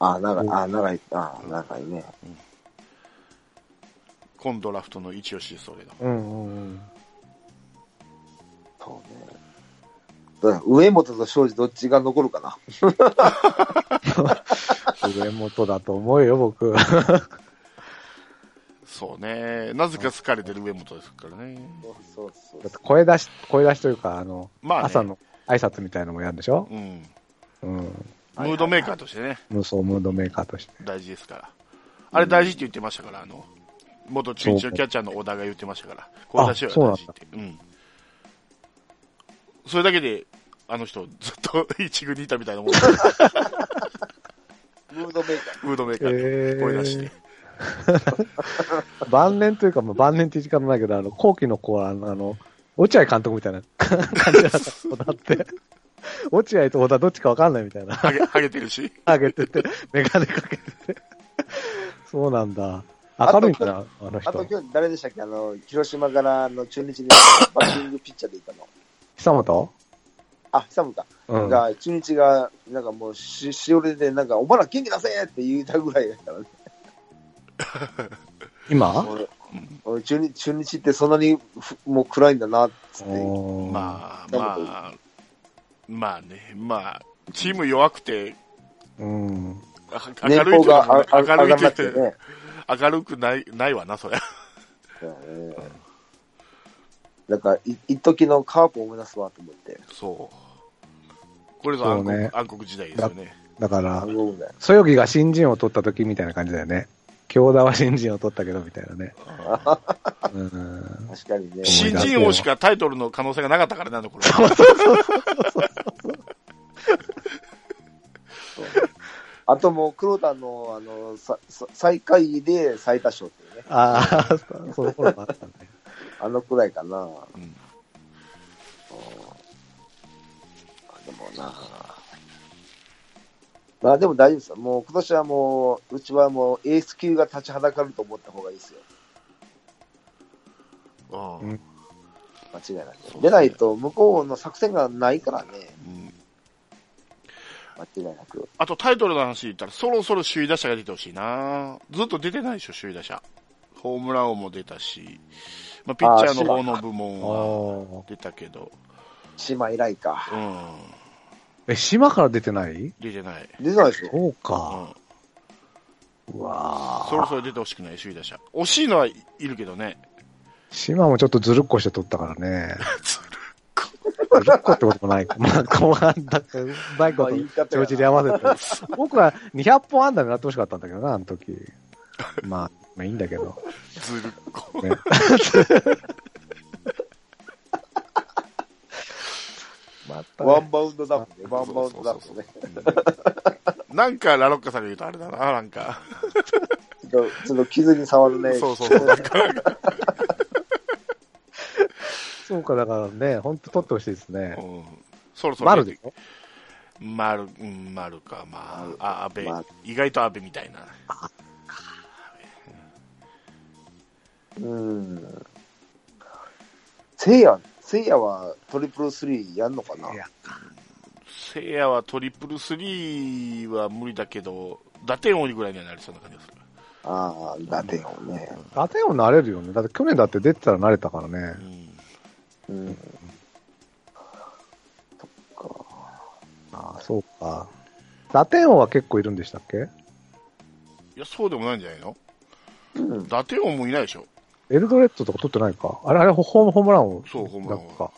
C: あ、ああ長い、ああ、長い、ああ、長いね。
B: 今ドラフトの一押しです、俺の。
A: うんうんうん。
C: そうね。だから上本と庄司どっちが残るかな。
A: 上本だと思うよ、僕。
B: そうね。なぜか好かれてる上本ですからね。
C: そうそうそう。
A: 声出し、声出しというか、あの、
B: まあね
A: 朝の挨拶みたいのもやるんでしょ
B: うん。
A: うん。
B: ムードメーカーとしてね、
A: 無双ムードメーカーとして。
B: 大事ですから。あれ大事って言ってましたから、あの、元中日のキャッチャーの小田が言ってましたから、これ出しは大事って。うん。それだけで、あの人、ずっと一軍にいたみたいなもんだ
C: ムードメーカー。
B: ムードメーカー
A: え
B: で声出して。
A: 晩年というか、まあ、晩年って時間もないけど、あの、後期の子は、あのあの、落合監督みたいな 感じだった、小田って。落合と小田どっちかわかんないみたいな。
B: ハゲ、ハゲてるし。
A: あげてて、メガネかけてて。そうなんだ。明るいんだな、あの
C: あと
A: 人。
C: 今日誰でしたっけあの、広島からあの中日に バッティングピッチャーでいたの。
A: 久本
C: あ、久本か。
A: うん。
C: が、中日が、なんかもうし、しおれで、なんか、お前ら元気出せって言うたぐらいだからね。
A: 今
C: 俺俺中日、中日ってそんなにふもう暗いんだな、つって。
A: ま
B: まあ
C: うん
B: まあ、まあね、まあ、チーム弱くて、
A: あ。うん。
B: あ
C: 年
B: 明るいとい
C: 俸
B: う
C: が
B: か
C: ああ
B: 明
C: 上
B: るいとい
C: がら
B: う
C: な
B: か
C: くてね。
B: 明るくない、ないわな、それ。
C: うんうんなんか、い一時のカープを思い出すわと思って。
B: そう。これぞ
A: そう
B: 暗黒,、
A: ね
B: 暗黒時代ですよね。
A: だか
C: あ
A: ら、
C: のぐらい
A: そよぎが新人を取った時みたいな感じだよね。京田は新人を取ったけど、みたいなね。うん。
C: 確かにね。
A: し
B: 新人王しかタイトルの可能性がなかったからね、あの 頃。
C: あともう、黒田の、あの、ささ最下位で最多勝っていうね。
A: ああ、そその頃もあったね。
C: あのくらいかな。
B: うん
C: でもなまあでも大丈夫ですよ。もう今年はもう、うちはもうエース級が立ちはだかると思った方がいいですよ。
B: うん
A: うん
C: 間違い
B: そう
C: な
B: です
C: く。
B: ね
C: でないと向こうの作戦がないからね。
B: うん
C: 間違いなく。
B: あとタイトルの話言ったら、そろそろ首位打者が出てほしいなずっと出てないでしょ、首位打者。ホームラン王も出たし、まあ、ピッチャーの方の部門は
A: ああ。
B: 出たけど、
C: 島以来か。
B: うん、
A: え、島から出てない
B: 出てない。
C: 出てないでしょ。
A: そう
B: う
A: か。
B: ん、
A: うわ
B: そろ
A: あ。
B: そろ出てほしくない、首位打者。惜しいのはいるけどね。
A: 島もちょっとずるっこして取ったからね。ずるっこってことも ないか。まあ、後半、だからうまいこ
C: まあ言い方
A: と
C: やな
A: 調子で合わせて。僕は200本安打になってほしかったんだけどな、あの時。まあ、まあいいんだけど。
B: ずるっこ。
A: ねまたね
C: ワンバウンドダウンね。ワンバウンドダウンね。
B: なんか、ラロッカさんが言うとあれだな、なんか。
C: ちょっとちょっと傷に触るね。
B: そうそうそう。なんか
A: そうか、だからね、本当取ってほしいですね
B: う。んそろそろ。
A: 丸でしょ
B: 丸、うん、丸か、まあ、あ、安倍
C: 丸、
B: 意外と安倍みたいな。
C: うん。せいや、せいやはトリプルスリーやんのかない
A: や
B: せいやはトリプルスリーは無理だけど、打点王にぐらいにはなりそうな感じがする。
C: ああ、だてよね。
A: 打点も慣れるよね。だって去年だって出てたら慣れたからね
B: う。ん。
C: うん。
A: ああ、そうか。打点王は結構いるんでしたっけ
B: いや、そうでもないんじゃないの打点王もいないでしょ。
A: エルドレッドとか取ってないかあれ、あれ、ホホームランを。
B: そうホームラン王
A: だっけか。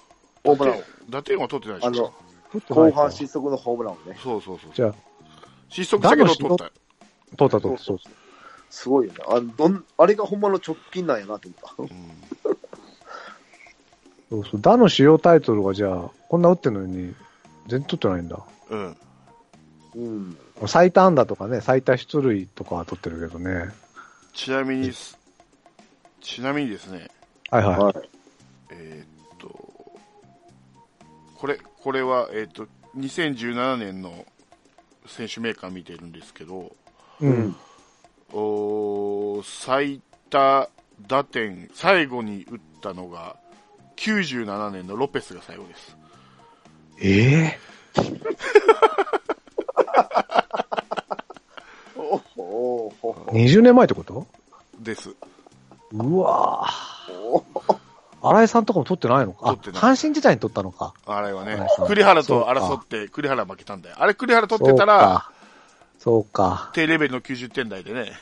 C: ホームラン、
B: 打点王は取ってない
C: あ
B: でしょ
C: の。、
A: 取ってな
C: 後
A: いか
C: 半失速のホームランをね。
B: そうそうそう。
A: じゃあ、
B: 失速したけど取ったよ。
A: 取った取った、そうそう。
C: すごいよね。あどんあれがほんまの直近なんやなって思っ
B: うん
A: そうそう打の使用タイトルがじゃあ、こんな打ってんのに、全然取ってないんだ。
B: うん。
C: た。うん。
A: 最多安打とかね、最多出塁とかは取ってるけどね。
B: ちなみにす、ちなみにですね、
A: はいはい。
C: はい。
B: えーっと、これ、これは、えーっと、2017年の選手メーカー見てるんですけど、
A: うん。
B: おー最多打点、最後に打ったのが、97年のロペスが最後です。
A: ええ
C: おおおお
A: 20年前ってこと
B: です。
A: うわぁ。
C: お
A: 新井さんとかも取ってないのか。あ、
B: 取ってない
A: 阪神時代に取ったのか。
B: あれはね
A: あそう、
B: 栗原と
A: そう
B: 争
A: か
B: って、栗原負けたんだよ。あれ栗原取ってたら、
A: そうか。
B: 低レベルの90点台でね、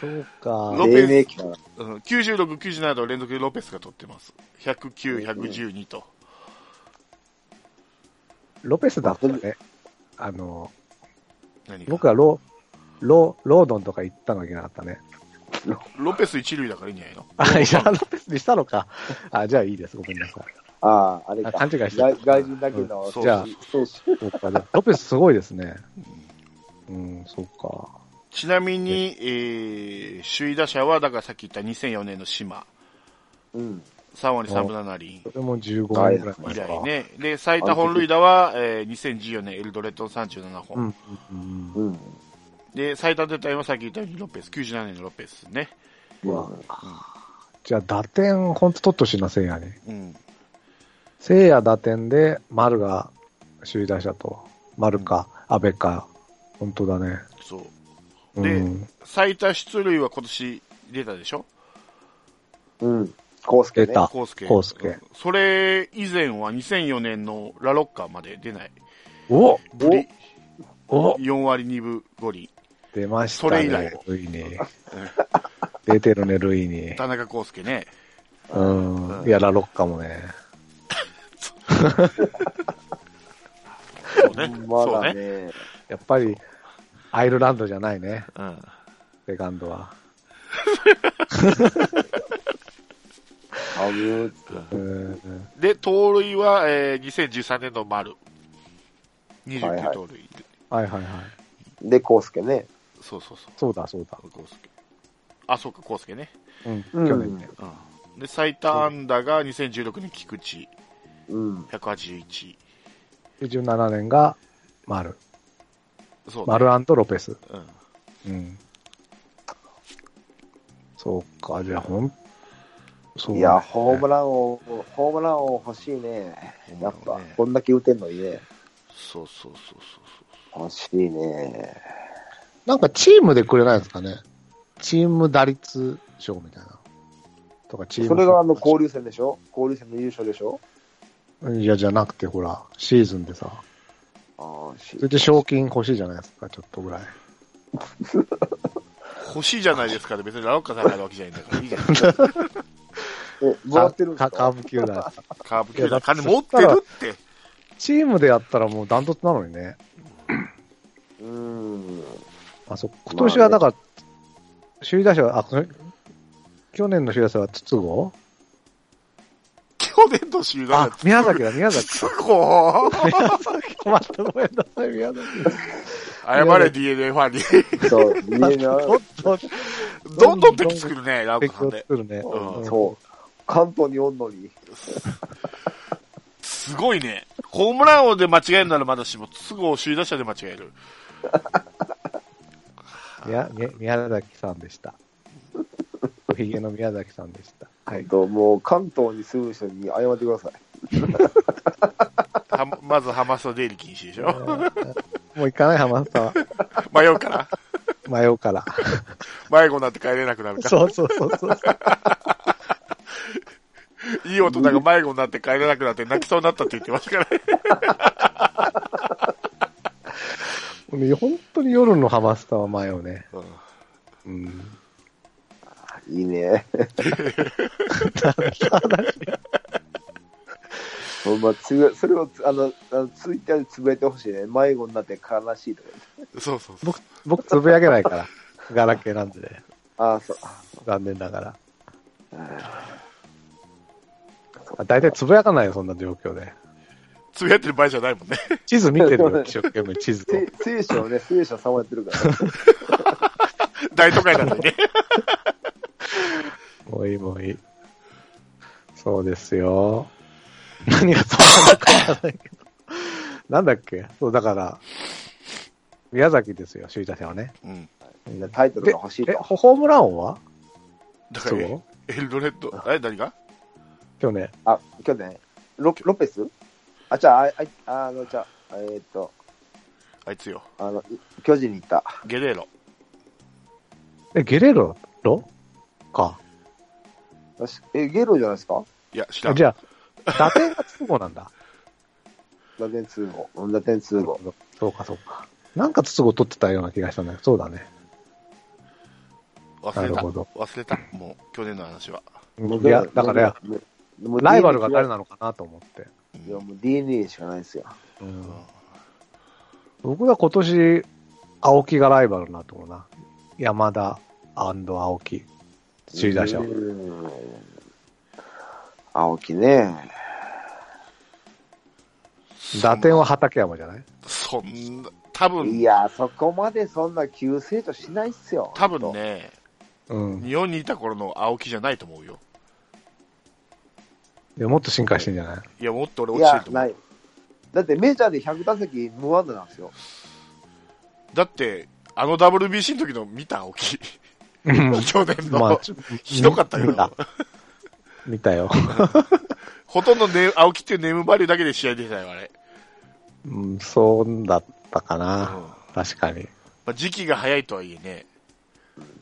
A: そうか。
B: ロ
A: そ
B: ペ
A: う
B: ス
C: 黎明期だな。
B: うん96、97と連続でロペスが取ってます。109、112と。
A: かロペスだったね。あの、
B: 何が
A: 僕はロ、ロ、ロードンとか行ったのいけなかったね。
B: ロペス一塁だからいいんじゃないの
A: あ、いや、ロペスにしたのか。あ、じゃあいいです。ごめんなさい。
C: ああ、あれ
A: あ
C: か。
A: 勘違いしてた
C: 外外人だけど、
A: そうじゃあ
C: そうそう
A: そうか。じゃあロペスすごいですね。うん、そうか。
B: ちなみに、えー、首位打者は、だからさっき言った2004年の島。
C: うん。
B: 3割3分7厘
A: それも15年ぐらい前
B: 以
A: か。
B: 来ね。で、最多本塁打は、えー、2014年エルドレッドの37
A: う
B: 本。
A: ん。うん。うん
C: うん。
B: で、最多出たのはさっき言ったようにロペス、97年のロペスね。
A: うわじゃあ打点、ほんと取ってほしいな、聖夜に。
B: うん。
A: 聖夜打点で、丸が首位打者と、丸か、安倍か。本当だね。
B: そう。
A: うん
B: で最多出塁は今年出たでしょ
C: うん。コースケ
A: 出
C: ね。
A: た。
B: コースケ。
A: コースケ
B: うんそれ以前は2004年のラロッカーまで出ない。
A: お
B: ぶり、
A: お
B: 4割2分5厘。
A: 出ました
B: それ以
A: ね
B: 来、
A: ルイに。出てるね、ルイに。
B: 田中康介ね。
A: うん。いや、ラロッカもね。
B: そうね。
C: ま
B: そう
C: だ
B: ね。
C: ね。
A: やっぱり、アイルランドじゃないね、
B: うん。
A: セカンドは。
C: あぶ
A: うん。
B: で、盗塁は、えー、2013年の丸。
C: はいは
B: 29
C: い
B: 盗塁、
A: はいはいはい。
C: で、コースケね。
B: そうそうそ
A: そうだ、そうだ。
B: う。康介。あ、そうか、康介ね。
A: うん。
C: うん
A: 去年ね。
B: うん。で、最多安打が2016年菊池、
C: うん。
B: 181。
A: 97年が、マル。
B: そう、ね。
A: マルアンとロペス。
B: うん。
A: うん。そうか、じゃあ、ほん、そう、
C: いや、ホームランを、ホームランを欲しいね。やっぱ、こんだけ打てんのいいね。
B: そうそうそうそうそう。
C: 欲しいね。
A: なんかチームでくれないですかね。チーム打率賞みたいな。とか、チーム。
C: それがあの交流戦でしょ交流戦の優勝でしょ
A: いや、じゃなくて、ほら、シーズンでさ、
C: ああ、し
A: それで賞金欲しいじゃないですか、ちょっとぐらい。
B: 欲しいじゃないですかね、別にラロッカさんがあるわけじゃないんだから、いいじゃ ない
C: え、回ってるんです
A: か
C: か
A: カーブ級だ。
B: カーブ級だ。金持ってるって。
A: チームでやったらもうダントツなのにね。
C: うーん。
A: あ、そう、今年はだから、首位打者は、あ、この去年の首位打者は筒子
B: 去年の集団
A: あ、宮崎だ、宮崎。
B: すご い
A: またごめんなさい、宮崎。
B: 謝れ DNA ファンに。
C: そう、見えな
A: どんどん
B: どんどん敵作るね、ラウカ
A: 敵
B: さん
A: を
B: で。
A: 作るね。
B: うん
C: い。そう。関東におんのに。
B: すごいね。ホームラン王で間違えるならまだしも、すぐ首位打者で間違える。
A: 宮宮宮崎さんでした。おひげの宮崎さんでした。は
C: はいい。。と、もう関東に住む人に謝ってください。
B: はまずハマスの出入り禁止でし
A: え
B: ょ。
A: ーもう行かない、浜田さん。
B: 迷うから。
A: 迷うから。
B: 迷子になって帰れなくなるから。
A: そうそうそうそう。
B: いい大人が迷子になって帰れなくなって泣きそうになったって言ってますからね。
A: もうね本当に夜のハマスタは迷うね。
B: うん
A: うん。
C: いいね。ほんま、つぶそれをあの、あのツイッターでつぶやいてほしいね。迷子になって悲しいとか言って。
B: そうそうそう。
A: 僕、僕つぶやけないから。ガラケーなんでね。
C: ああ、そう。
A: 残念ながら。あ大体つぶやかないよ、そんな状況で。
B: つぶやってる場合じゃないもんね。
A: 地図見てるよ、一生懸命地図
C: せ聖書をね、聖書さまやってるから。
B: 大都会なのにね。
A: を。もういい、もういい。そうですよ。何がそうなのかわからないけど。なんだっけそう、だから、宮崎ですよ、首位打者はね。
B: うん。
C: みんなタイトルが欲しい
A: え、
C: と。
A: ホホームラン王は
B: だか
A: そ
B: ら、エ
A: う
B: ルドレッド、え、何が
A: 去年。
C: あ、去年ロロペスあ、じゃあ、あい、ああの、じゃあ、えーっと、
B: あいつよ。
C: あの、巨人に行った。
B: ゲレーロ。
A: え、ゲレーロロか。
C: 私え、ゲロじゃないですか
B: いや、知ら
A: あ
B: ん。
A: じゃあ、打点が筒子なんだ。
C: 打点通号。打点通号。
A: そうか、そうか。なんか筒子取ってたような気がしたんだけど、そうだね。
B: 忘れ
A: な
B: た。
A: るほど
B: 忘れた。もう、去年の話は。
A: いや、だから、
C: もう、もう
A: ライバルが誰なのかなと思って。
C: いや、もう DNA しかないですよ。
A: うん、僕は今年、青木がライバルになと思うな。山田青木、首位打者
C: う。ーん青木ね。
A: 打点は畠山じゃない
B: そんな、多
C: い
B: 分、
C: や、そこまでそんな急成長しないっすよ。
B: 多分ね、
A: うん。
B: 日本にいた頃の青木じゃないと思うよ。
A: いやもっと進化してんじゃない
B: いや、もっと俺
C: い
B: 落ちて
C: や
B: る、と思
C: な
B: う。
C: い。だってメジャーで100打席無安打なんですよ。
B: だって、あの WBC の時の見た青木。去年の、
A: まあちょ
B: ひどかったけ
A: 見
B: ど
A: た、見たよ。
B: ほとんど、ね、青木っていうネームバリューだけで試合出てたよ、あれ。
A: うん、そうだったか
B: う
A: な。
B: ん
A: 確かに。
B: まあ、時期が早いとはいえね、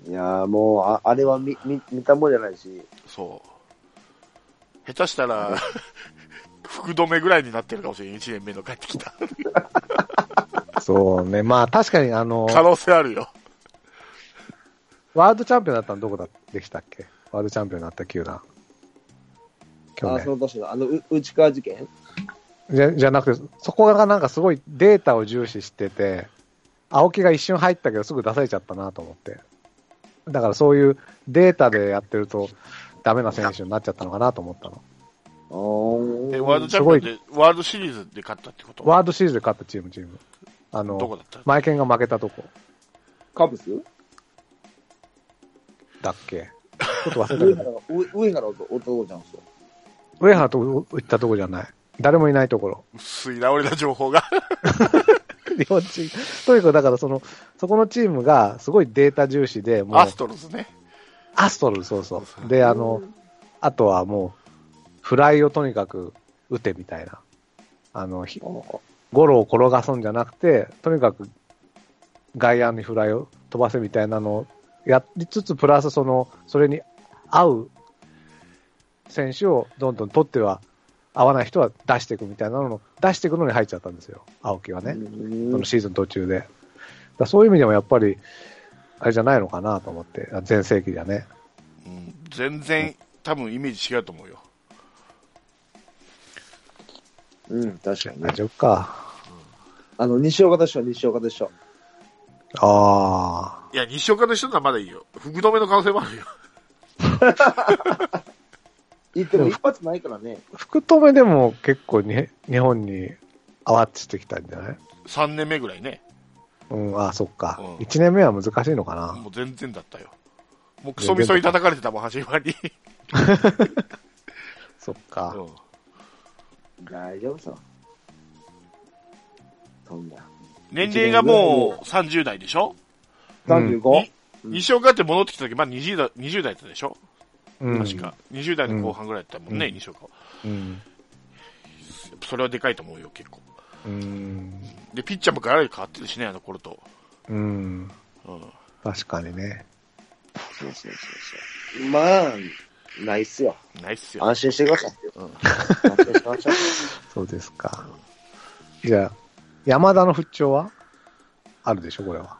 C: いや、もう、ああれは見、見、見たもんじゃないし。
B: そう。下手したら、福留めぐらいになってるかもしれない、1年目の帰ってきた。
A: そうね。まあ確かに、あの、
B: 可能性あるよ。
A: ワールドチャンピオンだったのどこだでしたっけワールドチャンピオンになった球団。去
C: あ、そ
A: 年
C: の年の、あの、う内川事件
A: じゃじゃなくて、そこがなんかすごいデータを重視してて、青木が一瞬入ったけどすぐ出されちゃったなと思って。だからそういうデータでやってるとダメな選手になっちゃったのかなと思ったの。
B: え、
C: お
B: ワールドチャンピオンで、ワールドシリーズで勝ったってこと
A: ワールドシリーズで勝ったチーム、チーム。あ
B: どこ
A: の、
B: だった
A: マイケンが負けたとこ
C: カブス
A: だっけちょっと忘れた
C: 上
A: けど
C: 原、上上原と男じゃんすよ。
A: 上原とこ行ったとこじゃない。誰もいないところ。
B: 薄いな、俺の情報が。
A: 日本チーム。とにかくだからその、そこのチームがすごいデータ重視で、もう、
B: アストロズね。
A: アストロズ、そうそう。で、あの、あとはもう、フライをとにかく打てみたいな。あの、ひゴロを転がすんじゃなくて、とにかく外野にフライを飛ばせみたいなのをやりつつ、プラスその、それに合う選手をどんどん取っては、合わない人は出していくみたいなのを出していくのに入っちゃったんですよ、青木はね。
C: う
A: その
C: ん
A: シーズン途中で。だからそういう意味でもやっぱり、あれじゃないのかなと思って、全盛期じゃね。
B: うん、全然、多分イメージ違うと思うよ。
C: うん、確かに、
A: ね、大丈夫か。
C: あの、西岡でしょ、西岡でしょ。
A: あ
B: あ。いや、西岡の人ならまだいいよ。福留の可能性もあるよ。
C: 言っても一発ないからね。
A: 福留でも結構に日本にあわっちしてきたんじゃない
B: ?3 年目ぐらいね。
A: うん、ああ、そっか、うん、1年目は難しいのかな。
B: もう全然だったよ。もうクソみそに叩かれてたもん、始まり。
A: そっか、
C: うん。大丈夫さ。そんな。
B: 年齢がもう30代でしょ
C: ?35?
B: 西岡って戻ってきた時、まあ20代、20代だったでしょ、うん、確か。20代の後半ぐらいだったもんね、うん、西岡は。うん。それはでかいと思うよ、結構。
A: うん。
B: で、ピッチャーもガラリ変わってるしね、あの頃と。
A: うん。うん、確かにね。
C: そうそうそうそう。まあ、ないっすよ。
B: ないっすよ。
C: 安心してください。うん、安心しましょ う。
A: そうですか。じゃあ、山田の復調はあるでしょ、これは。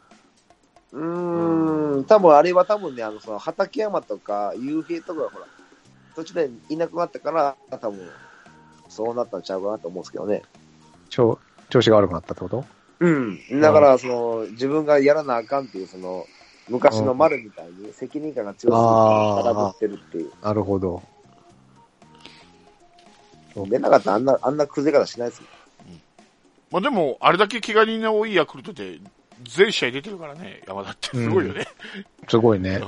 C: うーん、多分あれは多分ね、あの、その、畠山とか、雄平とかほら、途中でいなくなったから、多分、そうなったんちゃうかなと思うんですけどね。
A: 調、調子が悪くなったってこと
C: うん。だから、その、自分がやらなあかんっていう、その、昔の丸みたいに責任感が強すぎて、空振ってるっていう。
A: なるほど。
C: 出なかったらあんな、あんな崩れ方しないですよ。
B: まあ、でも、あれだけ怪我人の多いヤクルトで、全試合出てるからね、山田って。すごいよね。
A: うん、すごいね。うん、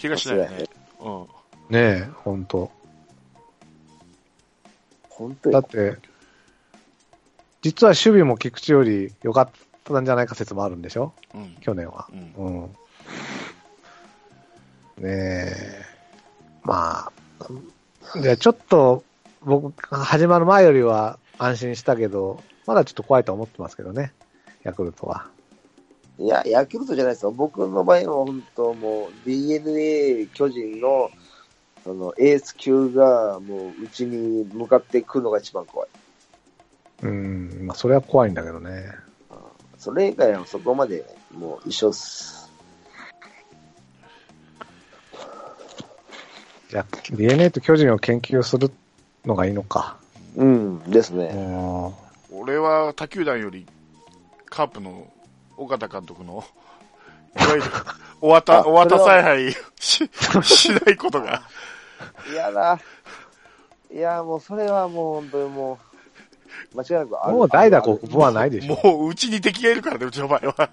B: 怪我しないよね。うん、
A: ねえ、ほんと。
C: 本当
A: だって、実は守備も菊池より良かったんじゃないか説もあるんでしょ、うん、去年は。うん。うん、ねえ。まあ、じゃあちょっと、僕、始まる前よりは、安心したけど、まだちょっと怖いと思ってますけどね、ヤクルトは。
C: いや、ヤクルトじゃないですよ。僕の場合は本当もう DNA 巨人のそのエース級がもううちに向かってくるのが一番怖い。
A: うん、まあそれは怖いんだけどね。
C: それ以外はそこまでもう一緒っす。
A: じゃあ DNA と巨人を研究するのがいいのか。
C: うん、ですね。
B: 俺は他球団より、カープの岡田監督の、 いわゆる、おわた、おわた采配 し、しないことが。
C: いやだ。いや、もうそれはもう本当にもう、間違いなく
A: ある。もう代打国母はないでしょ。
B: もううちに敵がいるからね、うちの場合 は。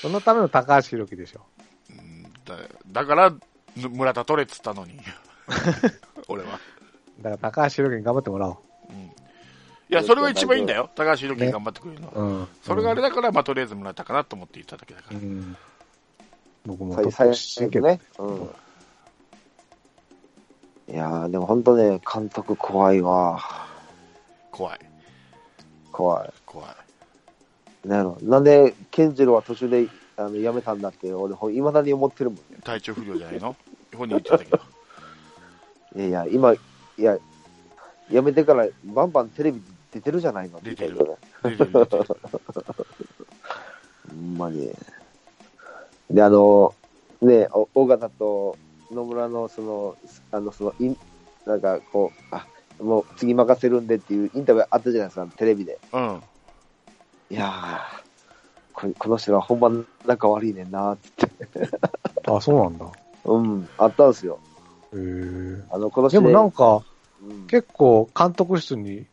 A: そのための高橋宏樹でしょ。
B: うんだだから、村田取れっつったの に。俺は。
A: だから高橋宏樹に頑張ってもらおう。うん、い
B: や、それが一番いいんだよ。高橋宏樹に頑張ってくれるのは、ねうん。それがあれだから、まあ、とりあえずもらったかなと思っていただけだから。うん、
A: 僕もトップしてけどね。
C: いやでも本当ね、監督怖いわ。
B: 怖い。
C: 怖い。
B: 怖
C: い。なるなんで、健次郎は途中であの辞めたんだって、俺、いまだに思ってるもんね。
B: 体調不良じゃないの本人言ってたけ ど。
C: いやいや、今、いや、やめてから、バンバンテレビ出てるじゃないの。
B: 出てる。出てる。ほ
C: んまに。で、あの、ね、尾形と野村の、その、あの、その、いなんか、こう、あ、もう次任せるんでっていうインタビューあったじゃないですか、テレビで。
B: うん。
C: いやここの人は本番仲悪いねんなーって。
A: あ、そうなんだ。
C: うん、あったんですよ。
A: あの、今でもなんか、うん、結構監督室に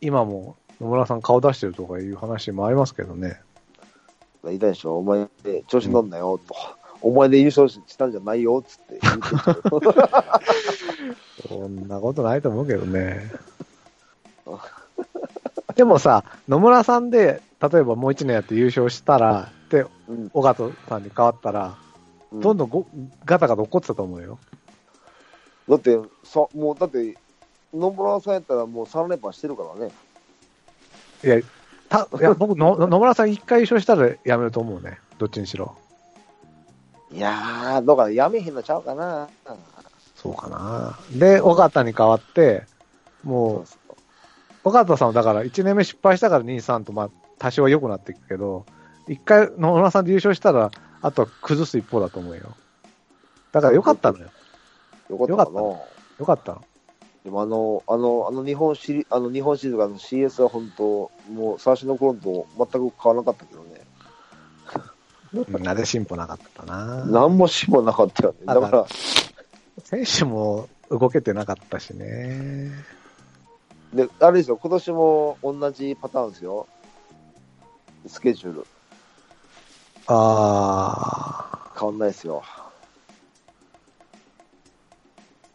A: 今も野村さん顔出してるとかいう話もありますけどね。
C: いたでしょお前で調子乗んなよ、と、うん。お前で優勝したんじゃないよ、つって
A: 言って。そんなことないと思うけど ね。でもさ、野村さんで、例えばもう一年やって優勝したら、で、尾、う、形、ん、さんに変わったら、うん、どんどんごガタガタ怒ってたと思うよ。
C: だって、さ、もう、だって、野村さんやったらもう3連覇してるからね。
A: いや、た、い や、僕の、野村さん1回優勝したらやめると思うね。どっちにしろ。
C: いやー、だからやめへんのちゃうかな。
A: そうかな。で、尾形に代わって、もう、尾形さんはだから1年目失敗したから2、3と、まあ、多少は良くなっていくけど、一回野村さんで優勝したら、あとは崩す一方だと思うよ。だからよかったのよ。
C: よかった
A: か
C: かな。
A: よかったの。
C: でもあの、あの、あの日本シリ、あの日本シリーズがあの CS は本当、もう最初の頃と全く変わらなかったけどね。
A: うんあれ進歩なかったな。
C: 何も死もなかったよね。
A: あ
C: だから、
A: 選手も動けてなかったしね。
C: で、あれですよ、今年も同じパターンですよ。スケジュール。
A: あ
C: 変わんないですよ。
A: あ、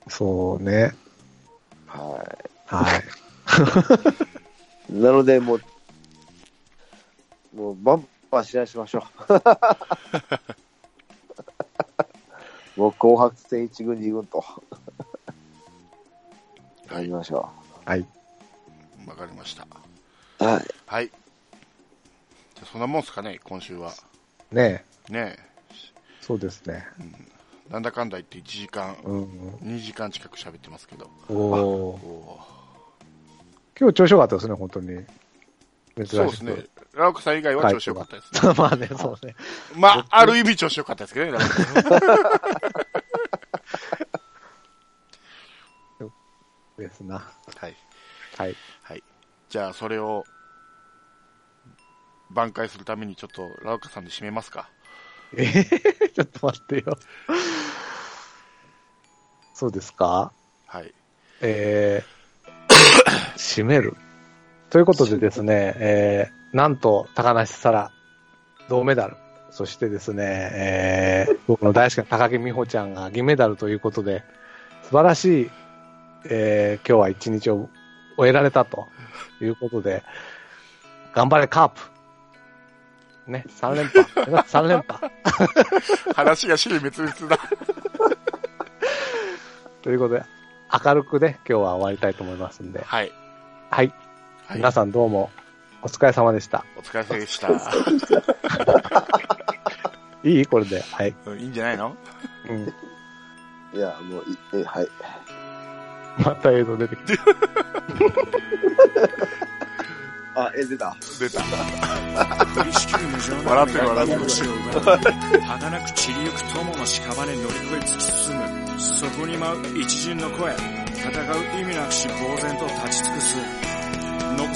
A: そうね。
C: は
A: はい。
C: い。なので、もう、もう、バンバン試合しましょ う。もう、紅白戦一軍二軍と。やりましょ
A: はい。
B: わかりました。
C: う。はい。
B: はい。じゃあそんなもんすかね、今週は。
A: ね
B: ね
A: えそうですね。
B: え、なんだかんだ言って1時間、
A: うん。
B: 2時間近く喋ってますけど。
A: おおー。
B: お
A: 今日調子良かったですね、本当に。珍しく
B: そうですね。。ラオクさん以外は調子良かったです ね。
A: まあね、そうね。
B: まあ、ある意味調子良かったですけどね、ラオクさん
A: ですな。
B: はい。
A: はい。
B: はい。じゃあ、それを、挽回するためにちょっと、ラオカさんで締めますか。
A: えへへへちょっと待ってよ。そうですか
B: はい。
A: えー、 閉める。ということでですね、えー、なんと、高梨沙羅、銅メダル。そしてですね、えー、僕の大好きな高木美帆ちゃんが銀メダルということで、素晴らしい、えー、今日は一日を終えられたということで、頑張れカープ。ね、3連覇。3連 覇。
B: 話が死に滅裂だ。
A: ということで、明るくね、今日は終わりたいと思いますんで。
B: はい。
A: はい。
B: はい。
A: 皆さんどうも、お疲れ様でした。
B: お疲れ様でした。
A: いいこれで。はい。
B: うんいいんじゃないの
A: うん。
C: いや、もう、いえはい。
A: また映像出てきた。
C: あ、え、出た。
B: 出た。
D: 取り仕切る無情な
B: 笑ってる笑ってる
D: 儚く散りゆく友の屍に乗り越え突き進む。そこに舞う一陣の声。戦う意味なくし呆然と立ち尽くす。残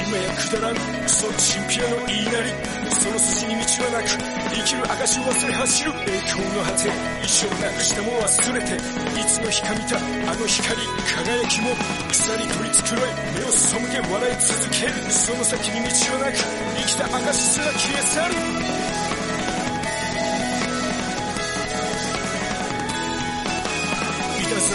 D: 今やくだらん、クソチンピラの言いなり。その筋に道はなく、生きる証を忘れ走る栄光の果て。意地をなくしたも忘れて、いつの日か見た、あの光、輝きも、草に取り繕い、目を背け笑い続ける。その先に道はなく、生きた証すら消え去る。いたず